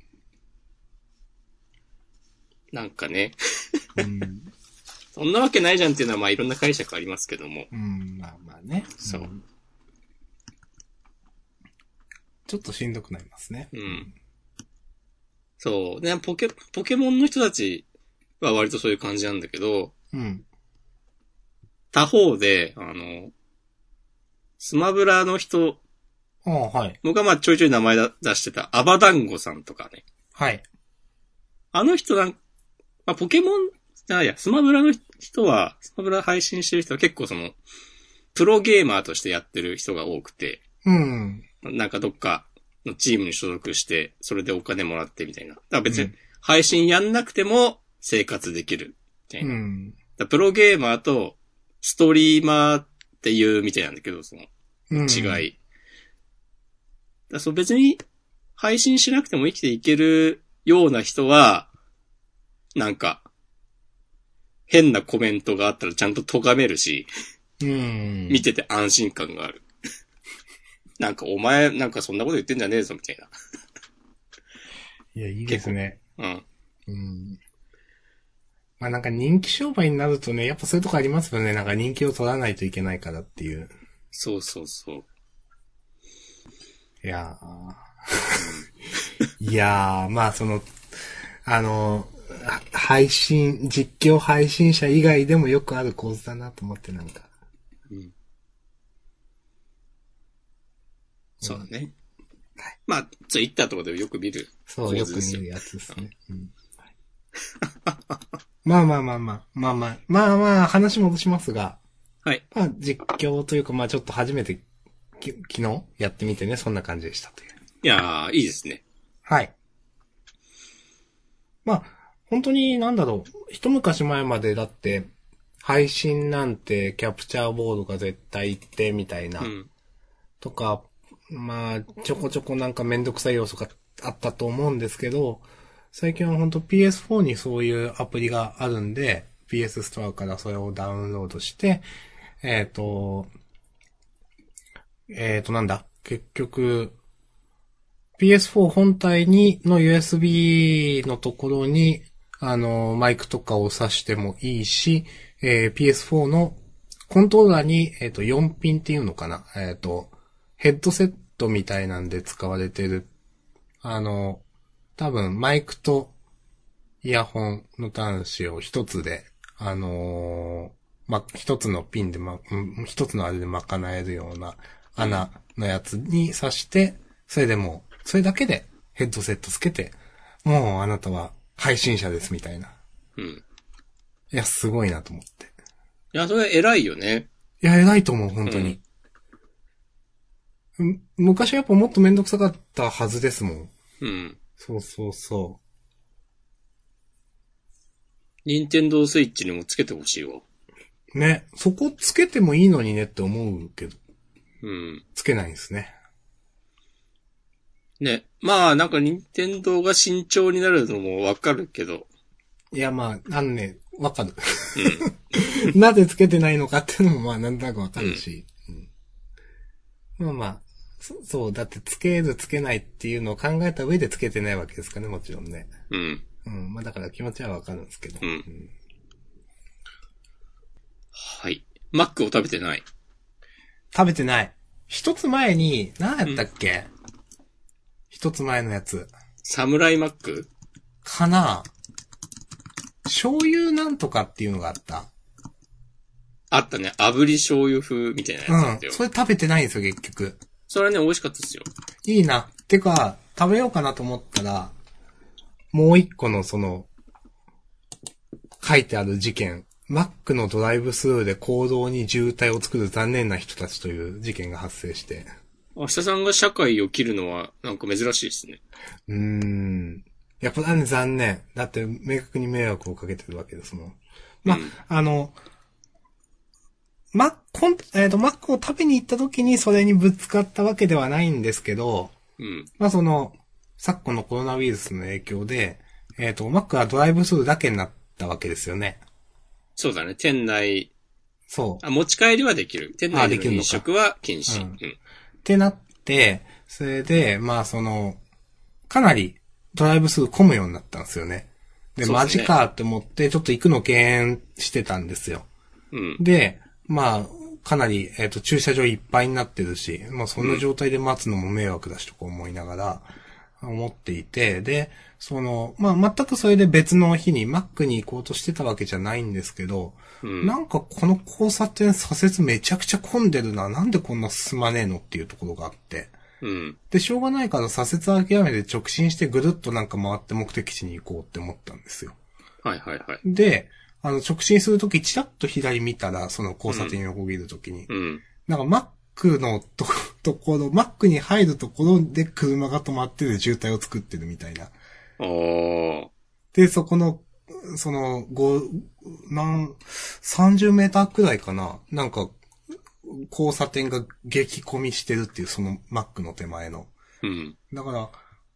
Speaker 2: なんかね、
Speaker 1: うん。
Speaker 2: そんなわけないじゃんっていうのは、まあいろんな解釈ありますけども。
Speaker 1: うん、まあまあね。
Speaker 2: そうん
Speaker 1: ちょっとしんどくなりますね。
Speaker 2: うん。そう。ね、ポケ、ポケモンの人たちは割とそういう感じなんだけど、
Speaker 1: うん。
Speaker 2: 他方で、あの、スマブラの人、
Speaker 1: ああ、はい。
Speaker 2: 僕はまあちょいちょい名前だ出してた、アバダンゴさんとかね。
Speaker 1: はい。
Speaker 2: あの人なん、まあポケモン、じゃないや、スマブラの人は、スマブラ配信してる人は結構その、プロゲーマーとしてやってる人が多くて、
Speaker 1: うん。
Speaker 2: なんかどっかのチームに所属して、それでお金もらってみたいな。だから別
Speaker 1: う
Speaker 2: に
Speaker 1: ん
Speaker 2: 配信やんなくても生活できるみたいな。
Speaker 1: う
Speaker 2: だか
Speaker 1: ん。
Speaker 2: らプロゲーマーとストリーマーっていうみたいなんだけど、その
Speaker 1: うん
Speaker 2: 違い。だからそう別に配信しなくても生きていけるような人は、なんか、変なコメントがあったらちゃんと咎めるし、
Speaker 1: うん。
Speaker 2: 見てて安心感がある。 なんかお前、なんかそんなこと言ってんじゃねえぞ、みたい
Speaker 1: いや、いいですね。
Speaker 2: な。うん。
Speaker 1: うん。まあなんか人気商売になるとね、やっぱそういうとこありますよね。なんか人気を取らないといけないからっていう。
Speaker 2: そうそうそう。
Speaker 1: いや ー。いやー、まあその、あの、は配信、実況配信者以外でもよくある構図だなと思ってなんか。
Speaker 2: うん。そうだね。まあ、ツイッターとかでよく見る。
Speaker 1: そう、
Speaker 2: 構
Speaker 1: よ
Speaker 2: 図
Speaker 1: く
Speaker 2: です
Speaker 1: 見
Speaker 2: よ
Speaker 1: るやつですね。うんはいまあまあまあまあ、まあまあ、まあまあ、話戻しますが、
Speaker 2: はい。
Speaker 1: まあ実況というか、まあちょっと初めてき、昨日やってみてね、そんな感じでしたという。
Speaker 2: いやー、いいですね。
Speaker 1: はい。まあ、本当になんだろう、一昔前までだって、配信なんてキャプチャーボードが絶対行ってみたいな、
Speaker 2: うん。
Speaker 1: とか、まあ、ちょこちょこなんかめんどくさい要素があったと思うんですけど、最近は本当 PS4 にそういうアプリがあるんで、PS ストアからそれをダウンロードして、えっ、と、えっ、となんだ、結局、PS4 本体に、の USB のところに、あの、マイクとかを挿してもいいし、えー PS4 のコントローラーに、えっ、と、4ピンっていうのかなえっ、と、ヘッドセットみたいなんで使われてる。あの、多分マイクとイヤホンの端子を一つで、あのーま、一つのピンでま、うん一つのあれで賄えるような穴のやつに挿して、それでもう、それだけでヘッドセットつけて、もうあなたは配信者ですみたいな。
Speaker 2: うん。
Speaker 1: いや、すごいなと思って。
Speaker 2: いや、それ偉いよね。
Speaker 1: いや、偉いと思う、本当に。うん昔はやっぱもっとめんどくさかったはずですもん。
Speaker 2: うん。
Speaker 1: そうそうそ
Speaker 2: 任天堂スイッチにもつけてほしいわ。
Speaker 1: う。ね、そこつけてもいいのにねって思うけど、
Speaker 2: うん。
Speaker 1: つけないんですね。
Speaker 2: ね。まあ、なんか任天堂が慎重になるのもわかるけど。
Speaker 1: いや、まあ、あのね、わかる。 なぜつけてないのかっていうのも、まあ、なんとなくわかるし。うんまあまあ、そそう、だってつけるつけないっていうのを考えた上でつけてないわけですからね、もちろんね。
Speaker 2: うん。
Speaker 1: うん。まあだから気持ちはわかるんですけど。
Speaker 2: うんはい。マックを食べてない。
Speaker 1: 食べてない。一つ前に、何やったっけ一、つ前のやつ。
Speaker 2: サムライマック
Speaker 1: かな醤油なんとかっていうのがあった。
Speaker 2: あったね。炙り醤油風みたいなやつだった
Speaker 1: う
Speaker 2: よ。
Speaker 1: ん。それ食べてないんですよ、結局。
Speaker 2: それね、美味しかったですよ。
Speaker 1: いいな。てか、食べようかなと思ったら、もう一個のその、書いてある事件。マックのドライブスルーで行動に渋滞を作る残念な人たちという事件が発生して。
Speaker 2: 明日さんが社会を切るのは、なんか珍しいですね。
Speaker 1: うーん。いや、これはね、残念。だって、明確に迷惑をかけてるわけですもん。まあ、
Speaker 2: うん
Speaker 1: あの、マコン、えっ、と、マックを食べに行った時にそれにぶつかったわけではないんですけど、
Speaker 2: うん。
Speaker 1: まあ、その、昨今のコロナウイルスの影響で、えっ、と、マックはドライブスルーだけになったわけですよね。
Speaker 2: そうだね。店内、
Speaker 1: そう。
Speaker 2: あ、持ち帰りはできる。店
Speaker 1: あ
Speaker 2: 内
Speaker 1: で
Speaker 2: で
Speaker 1: きるのか
Speaker 2: の飲食は禁止。
Speaker 1: う
Speaker 2: うんん。
Speaker 1: ってなって、それで、まあ、その、かなりドライブスルー混むようになったんですよね。で、
Speaker 2: そう
Speaker 1: マ
Speaker 2: ですね
Speaker 1: ジかって思って、ちょっと行くの敬遠してたんですよ。
Speaker 2: うん。
Speaker 1: で、まあ、かなり、えっ、と、駐車場いっぱいになってるし、まあ、そんな状態で待つのも迷惑だしとか思いながら、思っていて、で、その、まあ、全くそれで別の日にマックに行こうとしてたわけじゃないんですけど、
Speaker 2: うん
Speaker 1: なんかこの交差点左折めちゃくちゃ混んでるな、なんでこんな進まねえのっていうところがあって、
Speaker 2: うん。
Speaker 1: で、しょうがないから左折諦めて直進してぐるっとなんか回って目的地に行こうって思ったんですよ。
Speaker 2: はいはいはい。
Speaker 1: で、あの、直進するとき、ちらっと左見たら、その交差点を横切るときに、
Speaker 2: うん。
Speaker 1: なんかマックのと こ、ところ、マックに入るところで車が止まってる渋滞を作ってるみたいな。
Speaker 2: おー。
Speaker 1: で、そこの、その、ご、なん、30メーターくらいかな、なんか、交差点が激混みしてるっていう、そのマックの手前の。
Speaker 2: うん。
Speaker 1: だから、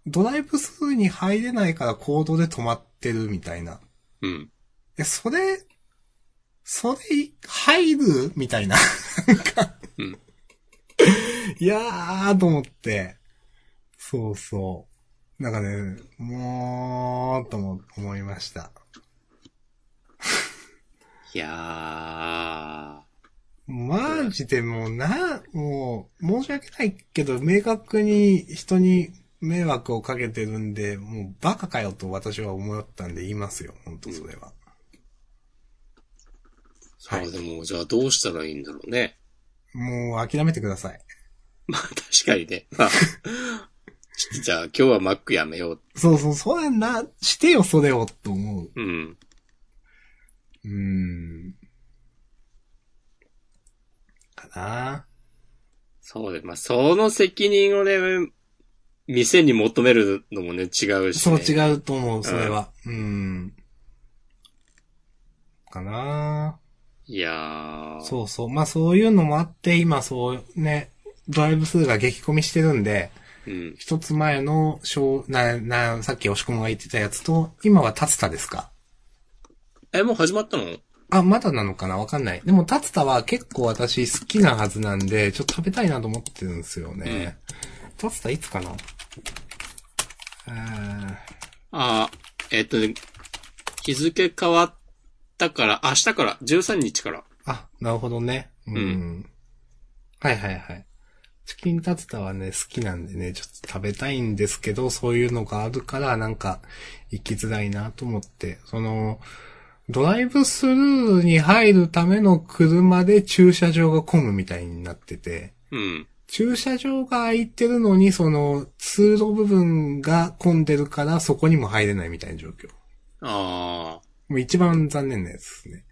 Speaker 1: ドライブスルーに入れないから行動で止まってるみたいな。
Speaker 2: うん。
Speaker 1: いや、それ、それ、入るみたいな。なんか、
Speaker 2: うん
Speaker 1: いやー、と思って。そうそう。なんかね、もう、とも思いました。
Speaker 2: いや
Speaker 1: マジでもうな、もう、申し訳ないけど、明確に人に迷惑をかけてるんで、もうバカかよと私は思ったんで言いますよ。本当それは。
Speaker 2: ー。あ
Speaker 1: はい
Speaker 2: ーでも、じゃあどうしたらいいんだろうね。
Speaker 1: もう諦めてください。
Speaker 2: まあ確かにね。まあ、 じゃあ今日はマックやめよう。
Speaker 1: そうそう、そうやんな、してよ、それを、と思う。
Speaker 2: うん。
Speaker 1: うーん。かな
Speaker 2: そうで、まあその責任をね、店に求めるのもね、違うし、
Speaker 1: そう
Speaker 2: ね。う。
Speaker 1: 違うと思う、それは。うーん。かない
Speaker 2: やー。
Speaker 1: そうそう。まあそういうのもあって、今そうね、ドライブ数が激混みしてるんで、
Speaker 2: う。うん。
Speaker 1: 一つ前の小、な、な、さっき押し込むが言ってたやつと、今はタツタですか
Speaker 2: え、もう始まったの
Speaker 1: あ、まだなのかなわかんない。でも、タツタは結構私好きなはずなんで、ちょっと食べたいなと思ってるんですよね。タツタいつかなあ
Speaker 2: あーえっとね、日付変わったから、明日から、13日から。
Speaker 1: ーあ、なるほどね。うん。
Speaker 2: うん
Speaker 1: はいはいはい。チキンタツタはね、好きなんでね、ちょっと食べたいんですけど、そういうのがあるから、なんか、行きづらいなと思って、その、ドライブスルーに入るための車で駐車場が混むみたいになってて、
Speaker 2: うん。
Speaker 1: 駐車場が空いてるのに、その、通路部分が混んでるから、そこにも入れないみたいな状況。
Speaker 2: あ
Speaker 1: もう一番残念なやつですね。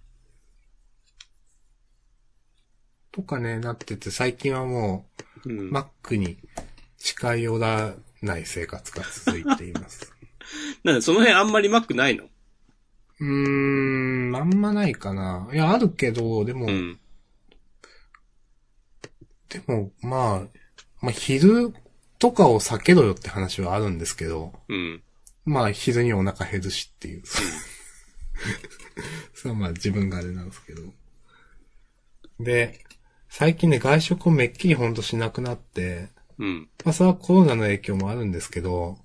Speaker 1: とかね、なってて、最近はも
Speaker 2: ー。うん
Speaker 1: う、マックに近寄らない生活が続いてい ます。
Speaker 2: なんで、その辺あんまりマックないの
Speaker 1: うーん、あんまないかな。いや、あるけど、でも、
Speaker 2: うん。
Speaker 1: でも、まあ、まあ、昼とかを避けろよって話はあるんですけど、
Speaker 2: うん。
Speaker 1: まあ、昼にお腹減るしっていう。 そう、まあ自分があれなんですけど。で、最近ね、外食をめっきりほんとしなくなって、
Speaker 2: うん。
Speaker 1: まあ、それはコロナの影響もあるんですけど、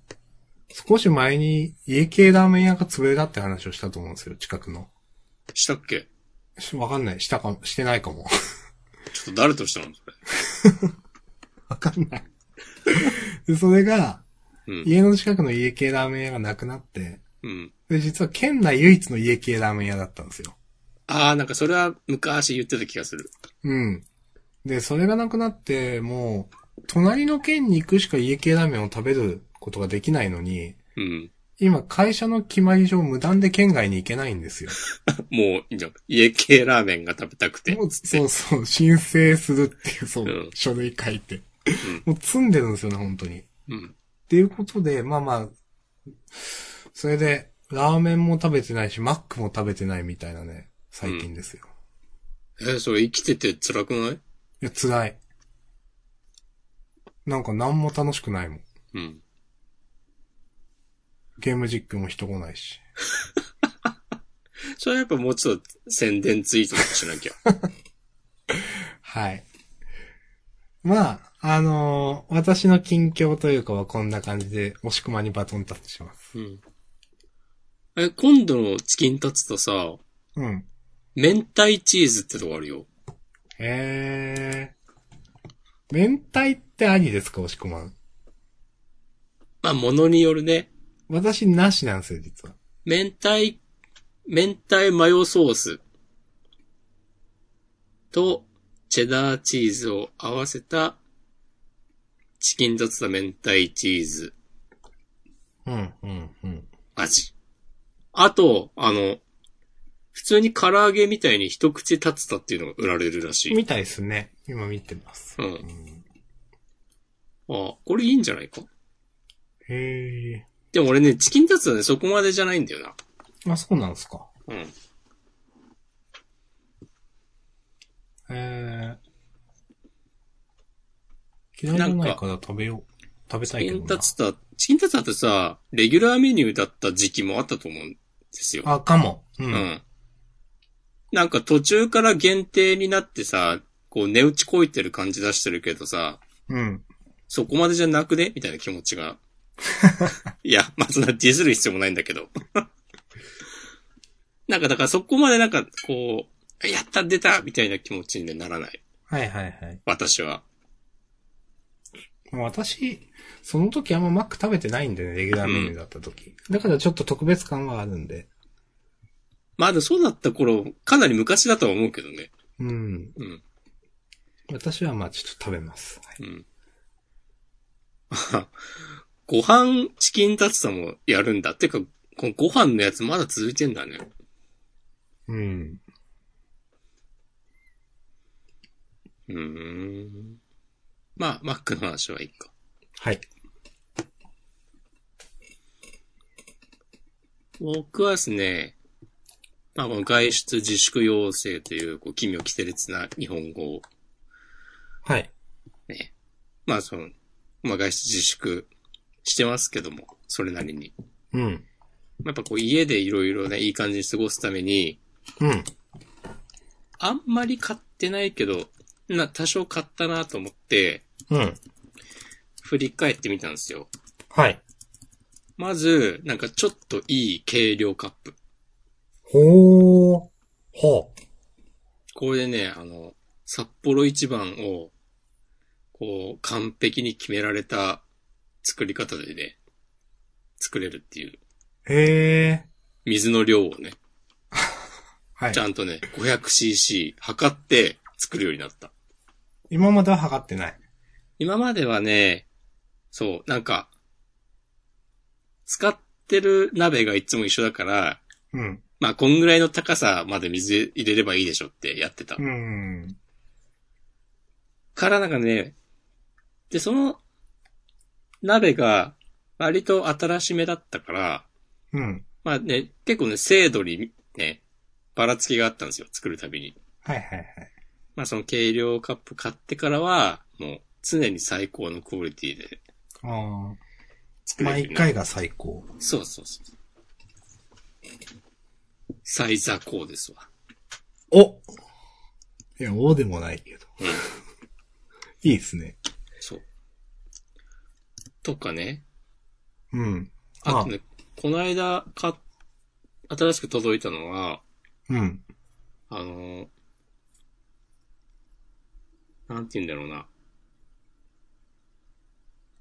Speaker 1: 少し前に家系ラーメン屋が潰れたって話をしたと思うんですよ、近くの。
Speaker 2: したっけ
Speaker 1: しわかんない。したかも、してないかも。
Speaker 2: ちょっと誰としたのそれ。
Speaker 1: わかんない。で、それが、
Speaker 2: うん。
Speaker 1: 家の近くの家系ラーメン屋がなくなって、
Speaker 2: うん。
Speaker 1: で、実は県内唯一の家系ラーメン屋だったんですよ。
Speaker 2: ああ、なんかそれは昔言ってた気がする。
Speaker 1: うん。で、それがなくなって、もう、隣の県に行くしか家系ラーメンを食べることができないのに、
Speaker 2: うん。
Speaker 1: 今、会社の決まり上無断で県外に行けないんですよ。
Speaker 2: もう、いいんじゃん。家系ラーメンが食べたくて。
Speaker 1: もう、そうそう、申請するっていう、そう
Speaker 2: うん、
Speaker 1: 書類書いて。もう、積んでるんですよね、本当に。
Speaker 2: う
Speaker 1: っ
Speaker 2: ん。
Speaker 1: ていうことで、まあまあ、それで、ラーメンも食べてないし、マックも食べてないみたいなね、最近ですよ。
Speaker 2: えーそれ生きてて辛くない
Speaker 1: いや、辛い。なんか何も楽しくないもん。
Speaker 2: うん。
Speaker 1: ゲーム実況も人来ないし。
Speaker 2: それはやっぱもうちょっと宣伝ツイートとかしなきゃ。
Speaker 1: はい。まあ、あのー私の近況というかはこんな感じで、押し込まにバトンタッチします。
Speaker 2: うん。え、今度のチキンタツとさ、
Speaker 1: うん。
Speaker 2: 明太チーズってとこあるよ。
Speaker 1: へー。明太ってありですか、押し込まん。
Speaker 2: まあ、ものによるね。
Speaker 1: 私、なしなんですよ、実は。
Speaker 2: 明太、明太マヨソースとチェダーチーズを合わせたチキンタツタ明太チーズ
Speaker 1: うん、うん、うん。
Speaker 2: 味。あと、あの、普通に唐揚げみたいに一口タツタっていうのが売られるらしい。
Speaker 1: みたいですね。今見てます。
Speaker 2: うん
Speaker 1: ん
Speaker 2: あこれいいんじゃないか
Speaker 1: へえ。
Speaker 2: でも俺ね、チキンタツタね、そこまでじゃないんだよな。
Speaker 1: あ、そうなんですか。
Speaker 2: うん。
Speaker 1: へえ。嫌いじゃないから食べよう。食べたい
Speaker 2: チ
Speaker 1: け
Speaker 2: キ
Speaker 1: ど
Speaker 2: ンタ
Speaker 1: な。
Speaker 2: ツタ、チキンタツタってさ、レギュラーメニューだった時期もあったと思うんですよ。
Speaker 1: あ、かも。う。
Speaker 2: うんん。なんか途中から限定になってさ、こう値打ちこいてる感じ出してるけどさ、
Speaker 1: うん。
Speaker 2: そこまでじゃなくねみたいな気持ちが。いや、まあ、そんなディスる必要もないんだけど。 なんかだからそこまでなんかこう、やった出たみたいな気持ちにねならない。
Speaker 1: はいはいはい。
Speaker 2: 私は。
Speaker 1: まあ私、その時あんまマック食べてないんでね、レギュラーメニューだった時。だからちょっと特別感はあるんで。
Speaker 2: まあでもそうだった頃、かなり昔だとは思うけどね。
Speaker 1: うん。
Speaker 2: うん。
Speaker 1: 私はまあちょっと食べます。はい
Speaker 2: うん。あ ご飯チキンタツタもやるんだ。てか、このご飯のやつまだ続いてんだね。
Speaker 1: うん。
Speaker 2: うーん。まあ、マックの話はいいか。
Speaker 1: はい。
Speaker 2: 僕はですね、まあ、この外出自粛要請という、こう、奇妙奇烈な日本語を
Speaker 1: はい。
Speaker 2: ね、まあ、その、まあ、外出自粛してますけども、それなりに。
Speaker 1: うん。
Speaker 2: やっぱこう、家でいろいろね、いい感じに過ごすために、
Speaker 1: うん。
Speaker 2: あんまり買ってないけど、な、多少買ったなと思って、
Speaker 1: うん。
Speaker 2: 振り返ってみたんですよ。
Speaker 1: はい。
Speaker 2: まず、なんかちょっといい軽量カップ。
Speaker 1: ほー。ほ
Speaker 2: これでね、あの、札幌一番を、こう、完璧に決められた作り方でね、作れるっていう。
Speaker 1: う。へえ。
Speaker 2: 水の量をね、
Speaker 1: はい
Speaker 2: ち。ゃんとね、500cc 測って作るようになった。
Speaker 1: 今までは測ってない。
Speaker 2: 今まではね、そう、なんか、使ってる鍋がいつも一緒だから、
Speaker 1: うん。
Speaker 2: まあ、こんぐらいの高さまで水入れればいいでしょってやってた。
Speaker 1: うん。
Speaker 2: からなんかね、で、その、鍋が、割と新しめだったから、
Speaker 1: うん。
Speaker 2: まあね、結構ね、精度にね、ばらつきがあったんですよ、作るたびに。
Speaker 1: はいはいはい。
Speaker 2: まあその軽量カップ買ってからは、もう常に最高のクオリティで
Speaker 1: ああ。
Speaker 2: 作れるよう
Speaker 1: 毎
Speaker 2: になる。
Speaker 1: 回が最高。
Speaker 2: そうそうそう。最座高ですわ。
Speaker 1: お いや、おでもないけど。いいですね。
Speaker 2: そう。とかね。
Speaker 1: うん。
Speaker 2: あとね、こないだ買っ、新しく届いたのは、
Speaker 1: うん。
Speaker 2: あの、なんて言うんだろうな。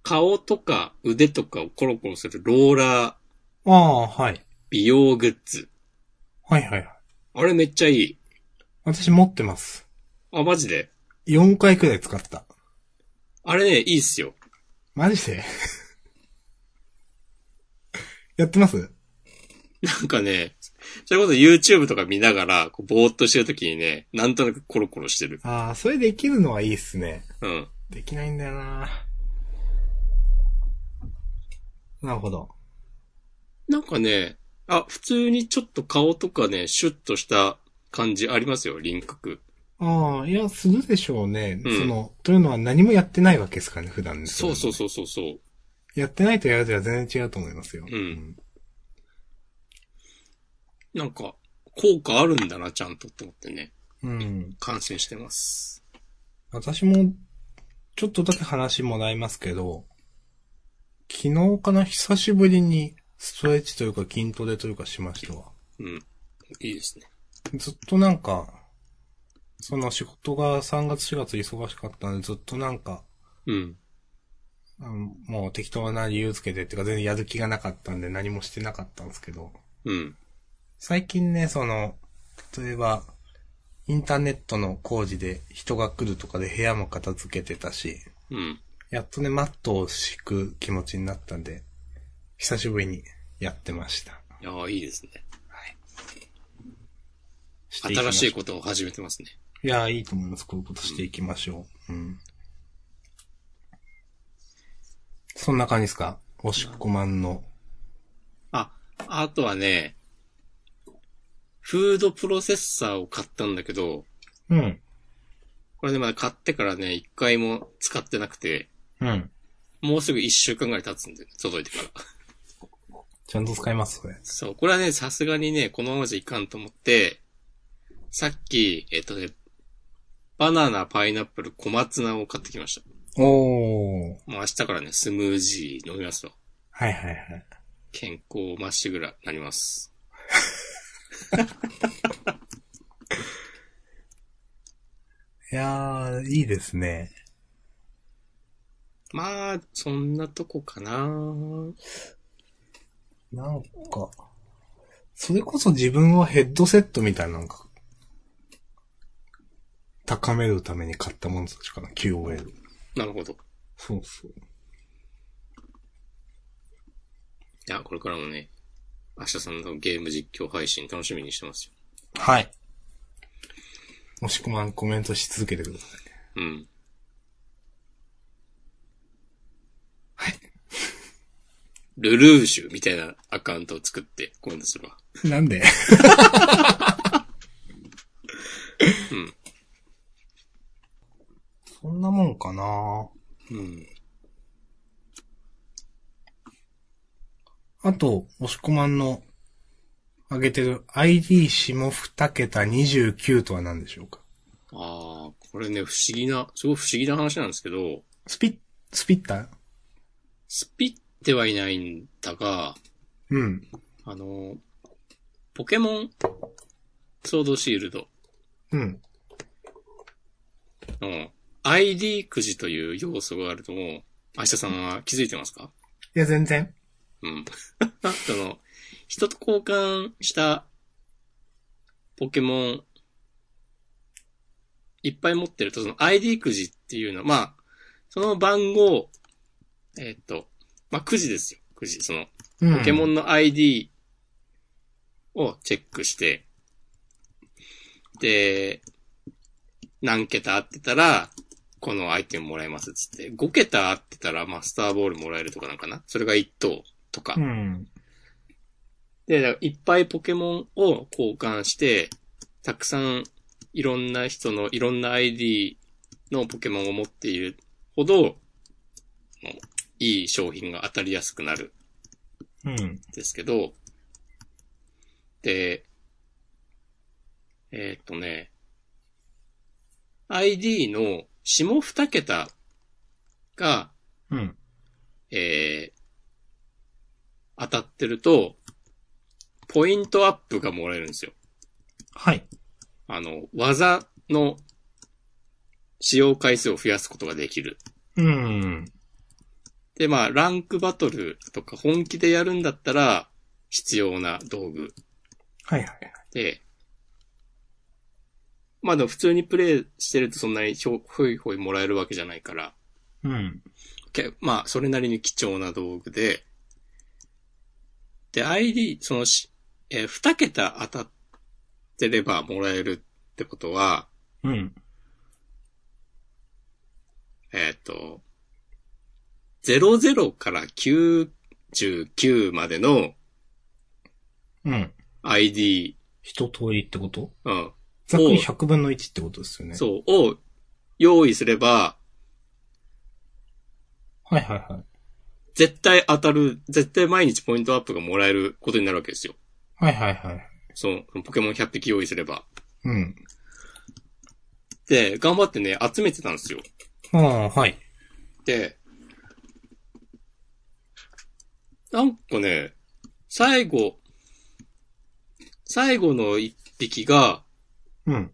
Speaker 2: 顔とか腕とかをコロコロするローラー
Speaker 1: ああ、はい。
Speaker 2: 美容グッズ。
Speaker 1: はいはいはい。
Speaker 2: あれめっちゃいい。
Speaker 1: 私持ってます。
Speaker 2: あ、マジで。
Speaker 1: 4回くらい使った。
Speaker 2: あれね、いいっすよ。
Speaker 1: マジで やってます
Speaker 2: なんかね、それこそ YouTube とか見ながら、こうぼーっとしてるときにね、なんとなくコロコロしてる。
Speaker 1: ああ、それできるのはいいっすね。
Speaker 2: うん。
Speaker 1: できないんだよななるほど。
Speaker 2: なんかね、あ、普通にちょっと顔とかね、シュッとした感じありますよ、輪郭。
Speaker 1: ああ、いや、するでしょうね。
Speaker 2: うん
Speaker 1: その、というのは何もやってないわけですからね、普段ね。
Speaker 2: そうそう
Speaker 1: う
Speaker 2: そうそうそう。
Speaker 1: の。やってないとやるとは全然違うと思いますよ。
Speaker 2: うんなんか、効果あるんだな、ちゃんとと思ってね、
Speaker 1: うん。うん。
Speaker 2: 感心してます。
Speaker 1: 私も、ちょっとだけ話もらいますけど、昨日かな、久しぶりに、ストレッチというか筋トレというかしましたわ。
Speaker 2: うん。いいですね。
Speaker 1: ずっとなんか、その仕事が3月4月忙しかったんで、ずっとなんか、
Speaker 2: うん。
Speaker 1: うんもう適当な理由つけてっていうか全然やる気がなかったんで何もしてなかったんですけど、
Speaker 2: うん。
Speaker 1: 最近ね、その、例えば、インターネットの工事で人が来るとかで部屋も片付けてたし、
Speaker 2: うん。
Speaker 1: やっとね、マットを敷く気持ちになったんで、久しぶりにやってました。
Speaker 2: いやーいいですね。
Speaker 1: し
Speaker 2: 新しい
Speaker 1: と。
Speaker 2: ことを始めてますね。
Speaker 1: いやー、いいと思います。こういうことしていきましょう。うん。そんな感じですかおしっこまんの。
Speaker 2: あ、あとはね、フードプロセッサーを買ったんだけど、
Speaker 1: うん。
Speaker 2: これね、まだ買ってからね、一回も使ってなくて、
Speaker 1: うん。
Speaker 2: もうすぐ一週間ぐらい経つんで、届いてから。
Speaker 1: ちゃんと使います、それ。
Speaker 2: そう、これはね、さすがにね、このままじゃいかんと思って、さっき、えっとね、バナナ、パイナップル、小松菜を買ってきまし
Speaker 1: お
Speaker 2: た。
Speaker 1: ー。
Speaker 2: もう明日からね、スムージー飲みますと。
Speaker 1: はいはいはい。
Speaker 2: 健康まっしぐらなります。
Speaker 1: いやー、いいですね。
Speaker 2: まあ、そんなとこかな
Speaker 1: なんか、それこそ自分はヘッドセットみたいなのか、高めるために買ったものたちかな、QOL。
Speaker 2: なるほど。い
Speaker 1: そうそう。
Speaker 2: や、これからもね、明日さんのゲーム実況配信楽しみにしてますよ。
Speaker 1: はい。もしくはコメントし続けてください。
Speaker 2: うん。
Speaker 1: はい。
Speaker 2: ルルーシュみたいなアカウントを作ってコメントするわ。
Speaker 1: なんで
Speaker 2: うん
Speaker 1: そんなもんかな
Speaker 2: うん。
Speaker 1: あと、押し込まんの上げてる ID 下二桁29とは何でしょうか
Speaker 2: ああ、これね、不思議な、すごい不思議な話なんですけど、
Speaker 1: スピッ、スピッター
Speaker 2: スピってはいないんだが、
Speaker 1: うん。
Speaker 2: あの、ポケモン、ソードシールド
Speaker 1: うん。
Speaker 2: の ID くじという要素があるとも、明日さんは気づいてますか
Speaker 1: いや、全然。
Speaker 2: うん。 その、人と交換したポケモン、いっぱい持ってると、その ID くじっていうのは、まあ、その番号、えっと、まあ、くじですよ。くじ。その、
Speaker 1: うん
Speaker 2: ポケモンの ID をチェックして、で、何桁合ってたら、このアイテムもらえますっつって、5桁合ってたらマスターボールもらえるとかなんかなそれが1等とか。
Speaker 1: うん。
Speaker 2: で、だからいっぱいポケモンを交換して、たくさんいろんな人のいろんな ID のポケモンを持っているほど、もういい商品が当たりやすくなる
Speaker 1: うん。
Speaker 2: ですけど、で、えーっとね、ID の下二桁が
Speaker 1: うん。
Speaker 2: えー、当たってると、ポイントアップがもらえるんですよ。
Speaker 1: はい。
Speaker 2: あの、技の使用回数を増やすことができる。
Speaker 1: うん。
Speaker 2: で、まあ、ランクバトルとか本気でやるんだったら、必要な道具
Speaker 1: はいはいはい。
Speaker 2: で、まあでも普通にプレイしてるとそんなにひょほいほいもらえるわけじゃないから、
Speaker 1: うん。
Speaker 2: けまあ、それなりに貴重な道具で、で、ID、そのし、えー二桁当たってればもらえるってことは、
Speaker 1: うん。
Speaker 2: えっ、と、00から99までの
Speaker 1: うん。
Speaker 2: ID、
Speaker 1: 一通りってこと
Speaker 2: うん、
Speaker 1: ざっくり100分の1ってことですよね。う。
Speaker 2: そう、を用意すれば、
Speaker 1: はいはいはい。
Speaker 2: 絶対当たる、絶対毎日ポイントアップがもらえることになるわけですよ。
Speaker 1: はいはいはい。
Speaker 2: その、ポケモン100匹用意すれば。
Speaker 1: うん。
Speaker 2: で、頑張ってね、集めてたんですよ。
Speaker 1: ああ、はい。
Speaker 2: で、なんかね、最後、最後の1匹が
Speaker 1: うん。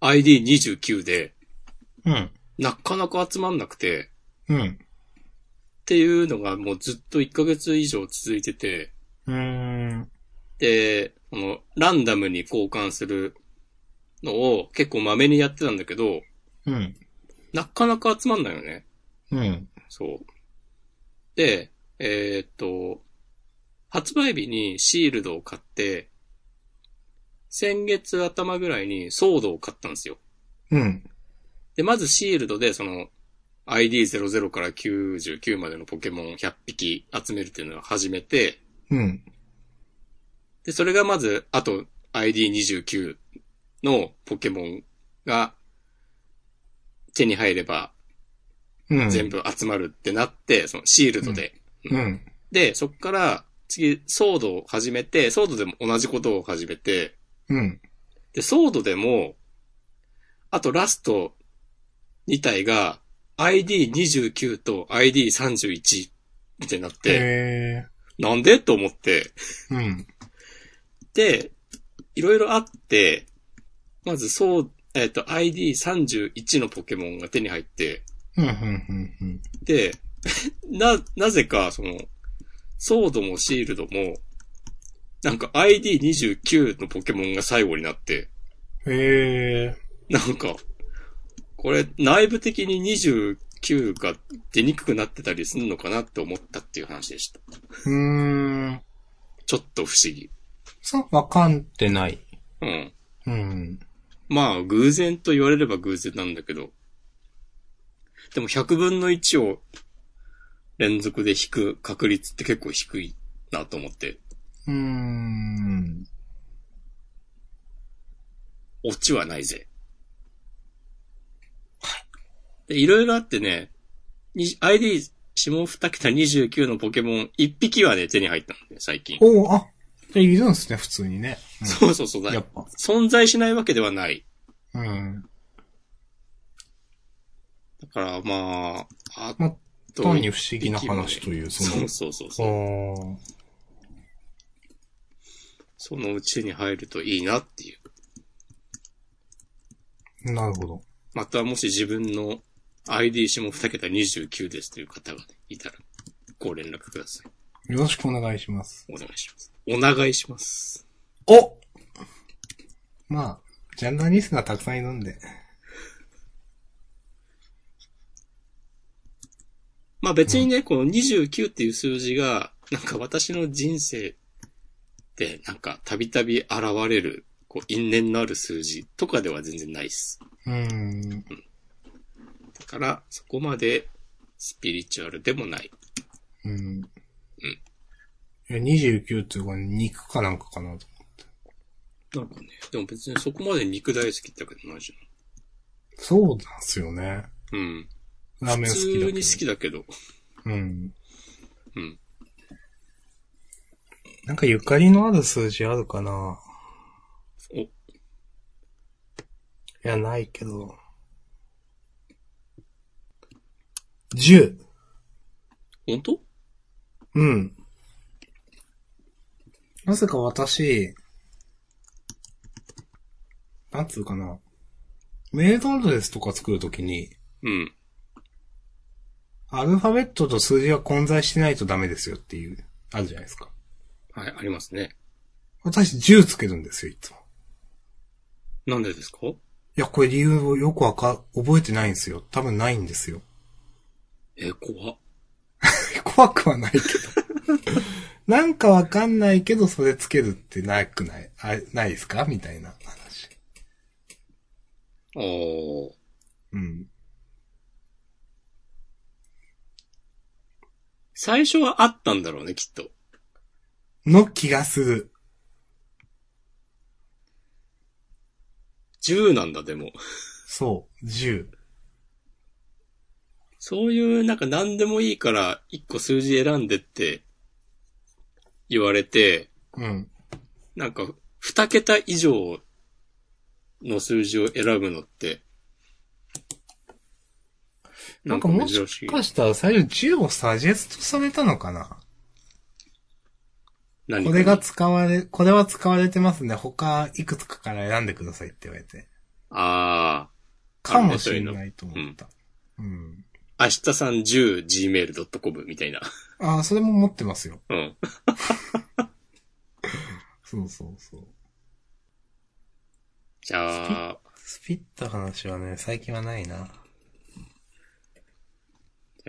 Speaker 2: ID29 で、
Speaker 1: うん。
Speaker 2: なかなか集まんなくて、
Speaker 1: うん。
Speaker 2: っていうのがもうずっと1ヶ月以上続いてて、
Speaker 1: うーん。
Speaker 2: で、この、ランダムに交換するのを結構まめにやってたんだけど、
Speaker 1: うん。
Speaker 2: なかなか集まんないよね。
Speaker 1: うん。
Speaker 2: そう。で、えーっと、発売日にシールドを買って、先月頭ぐらいにソードを買ったんですよ。
Speaker 1: うん。
Speaker 2: で、まずシールドでその、ID00 から99までのポケモン100匹集めるっていうのを始めて、
Speaker 1: うん。
Speaker 2: で、それがまず、あと ID29 のポケモンが手に入れば
Speaker 1: うん。
Speaker 2: 全。部集まるってなって、そのシールドで。
Speaker 1: うん。
Speaker 2: で、そっから次、ソードを始めて、ソードでも同じことを始めて、
Speaker 1: うん。
Speaker 2: で、ソードでも、あとラスト2体が ID29 と ID31 ってなって、
Speaker 1: へ
Speaker 2: なんでと思って、
Speaker 1: え。うん。
Speaker 2: で、いろいろあって、まずそう、えっ、と、ID31 のポケモンが手に入って、
Speaker 1: うん。うん。うん。
Speaker 2: で、 な、なぜか、その、ソードもシールドも、なんか ID29 のポケモンが最後になって、
Speaker 1: へえ。
Speaker 2: なんか、これ内部的に29が出にくくなってたりするのかなって思ったっていう話でした。
Speaker 1: うーん。
Speaker 2: ちょっと不思議。
Speaker 1: さ、わかんってない。
Speaker 2: うん。
Speaker 1: うん。
Speaker 2: まあ、偶然と言われれば偶然なんだけど。でも100分の1を連続で引く確率って結構低いなと思って。
Speaker 1: うーん。
Speaker 2: オチはないぜ。で、いろいろあってね、に ID 下2桁29のポケモン1匹はね、手に入ったんだよ、最近。
Speaker 1: おおあ、でいるんですね、普通にね。
Speaker 2: そうそうそう
Speaker 1: うん、
Speaker 2: だ
Speaker 1: やっ。ぱ。
Speaker 2: 存在しないわけではない。
Speaker 1: うん。
Speaker 2: だから、まあ、
Speaker 1: ま
Speaker 2: あ
Speaker 1: あ単に不思議な話という、そ
Speaker 2: そう
Speaker 1: の。
Speaker 2: そうそうそう。
Speaker 1: そう。
Speaker 2: そのうちに入るといいなっていう。
Speaker 1: なるほど。
Speaker 2: またもし自分の ID 下2桁29ですという方がねいたら、ご連絡ください。
Speaker 1: よろしくお願いします。
Speaker 2: お願いします。お願いします。
Speaker 1: おまあ、ジャンダーリスナーたくさんいるんで。
Speaker 2: まあ別にね、この29っていう数字が、なんか私の人生で、なんかたびたび現れる、こう因縁のある数字とかでは全然ないです。
Speaker 1: うーん。
Speaker 2: だから、そこまでスピリチュアルでもない。
Speaker 1: うん。いや、29っていうか、肉かなんかかなと。
Speaker 2: なんかね、でも別にそこまで肉大好きってわけでもないじ
Speaker 1: そうなんですよね。
Speaker 2: ゃん。うん。
Speaker 1: ラーメン
Speaker 2: 普
Speaker 1: 好きだ
Speaker 2: 通
Speaker 1: け
Speaker 2: に
Speaker 1: ど。
Speaker 2: 好きだけど。
Speaker 1: うん。
Speaker 2: うん。
Speaker 1: なんかゆかりのある数字あるかな
Speaker 2: お、
Speaker 1: いや、ないけど。10。
Speaker 2: 本当
Speaker 1: うん。なぜか私、なんつうかな。メールアドレスとか作るときに、
Speaker 2: うん。
Speaker 1: アルファベットと数字が混在してないとダメですよっていう、あるじゃないですか。
Speaker 2: はい、ありますね。
Speaker 1: 私10つけるんですよ、いつも。
Speaker 2: なんでですか
Speaker 1: いや、これ理由をよくわか、覚えてないんですよ。多分ないんですよ。
Speaker 2: えー、怖っ
Speaker 1: 怖くは ないけど。なんかわかんないけど、それつけるってなくない、あないですかみたいな話。
Speaker 2: あー。
Speaker 1: うん。
Speaker 2: 最初はあったんだろうね、きっと。
Speaker 1: の気がする。
Speaker 2: 10なんだ、でも。
Speaker 1: そう、10。
Speaker 2: そういう、なんか何でもいいから、1個数字選んでって、言われて、
Speaker 1: うん。
Speaker 2: なんか、2桁以上の数字を選ぶのって、
Speaker 1: な
Speaker 2: なんん
Speaker 1: か
Speaker 2: か
Speaker 1: も
Speaker 2: 珍し
Speaker 1: し
Speaker 2: い。
Speaker 1: かしたら最初10をサジェストされたのかな
Speaker 2: 何か
Speaker 1: こ
Speaker 2: に
Speaker 1: れが使われ、これは使われてますね。他いくつかから選んでくださいって言われて。
Speaker 2: あ
Speaker 1: かもしれないと思った。うん。
Speaker 2: あ、明日さん 10gmail.com みたいな。
Speaker 1: ああ、それも持ってますよ。
Speaker 2: うん。
Speaker 1: そうそうそう。
Speaker 2: じゃあ、
Speaker 1: スピった話はね、最近はないな。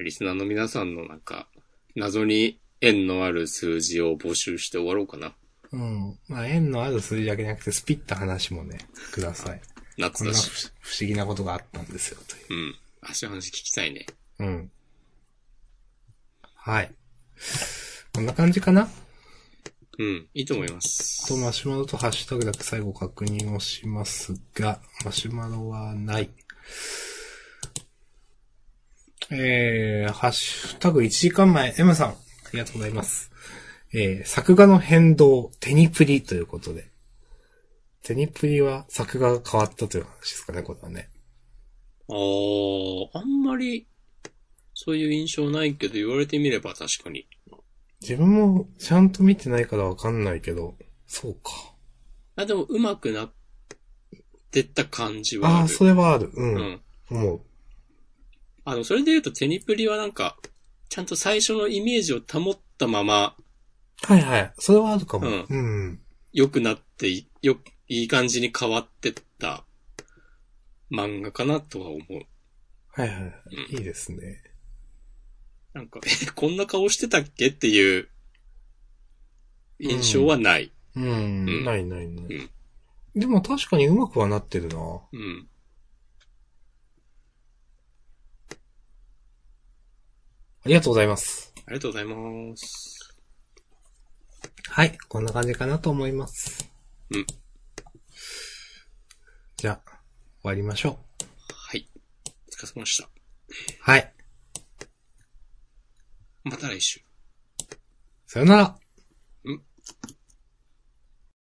Speaker 2: リスナーの皆さんのなんか、謎に縁のある数字を募集して終わろうかな。
Speaker 1: うん。まあ、縁のある数字だけじゃなくて、スピった話もね、ください。こ
Speaker 2: 夏
Speaker 1: んな
Speaker 2: だし。
Speaker 1: 不不思議なことがあったんですよ、という。
Speaker 2: うん。足話聞きたいね。
Speaker 1: うん。はい。こんな感じかな
Speaker 2: うん。いいと思います。
Speaker 1: と、マシュマロとハッシュタグだけ最後確認をしますが、マシュマロはない。えー、ハッシュタグ1時間前、M さん、ありがとうございます。えー、作画の変動、テニプリということで。テニプリは作画が変わったという話ですかね、これはね。
Speaker 2: ああ、あんまり、そういう印象ないけど、言われてみれば確かに。
Speaker 1: 自分もちゃんと見てないからわかんないけど、そうか。
Speaker 2: あ、でも、上手くなってった感じはある。
Speaker 1: ああ、それはある。う。
Speaker 2: うんん。
Speaker 1: 思う。
Speaker 2: あの、それで言うと、テニプリはなんか、ちゃんと最初のイメージを保ったまま、
Speaker 1: はいはい。それはあるかも。
Speaker 2: うん
Speaker 1: うん
Speaker 2: 良くなってい、よ、いい感じに変わってった漫画かなとは思う。
Speaker 1: はいはいはい。
Speaker 2: うん
Speaker 1: いいですね。
Speaker 2: なんか、え、こんな顔してたっけっていう印象はない。
Speaker 1: うん。
Speaker 2: ん
Speaker 1: ないないない、
Speaker 2: うん
Speaker 1: でも確かにうまくはなってるな。
Speaker 2: うん。
Speaker 1: ありがとうございます。
Speaker 2: ありがとうございます。
Speaker 1: はい。こんな感じかなと思います。
Speaker 2: うん。
Speaker 1: じゃあ、終わりましょ
Speaker 2: はい。お疲れ様でした。
Speaker 1: う。はい。
Speaker 2: また来週。
Speaker 1: さよなら。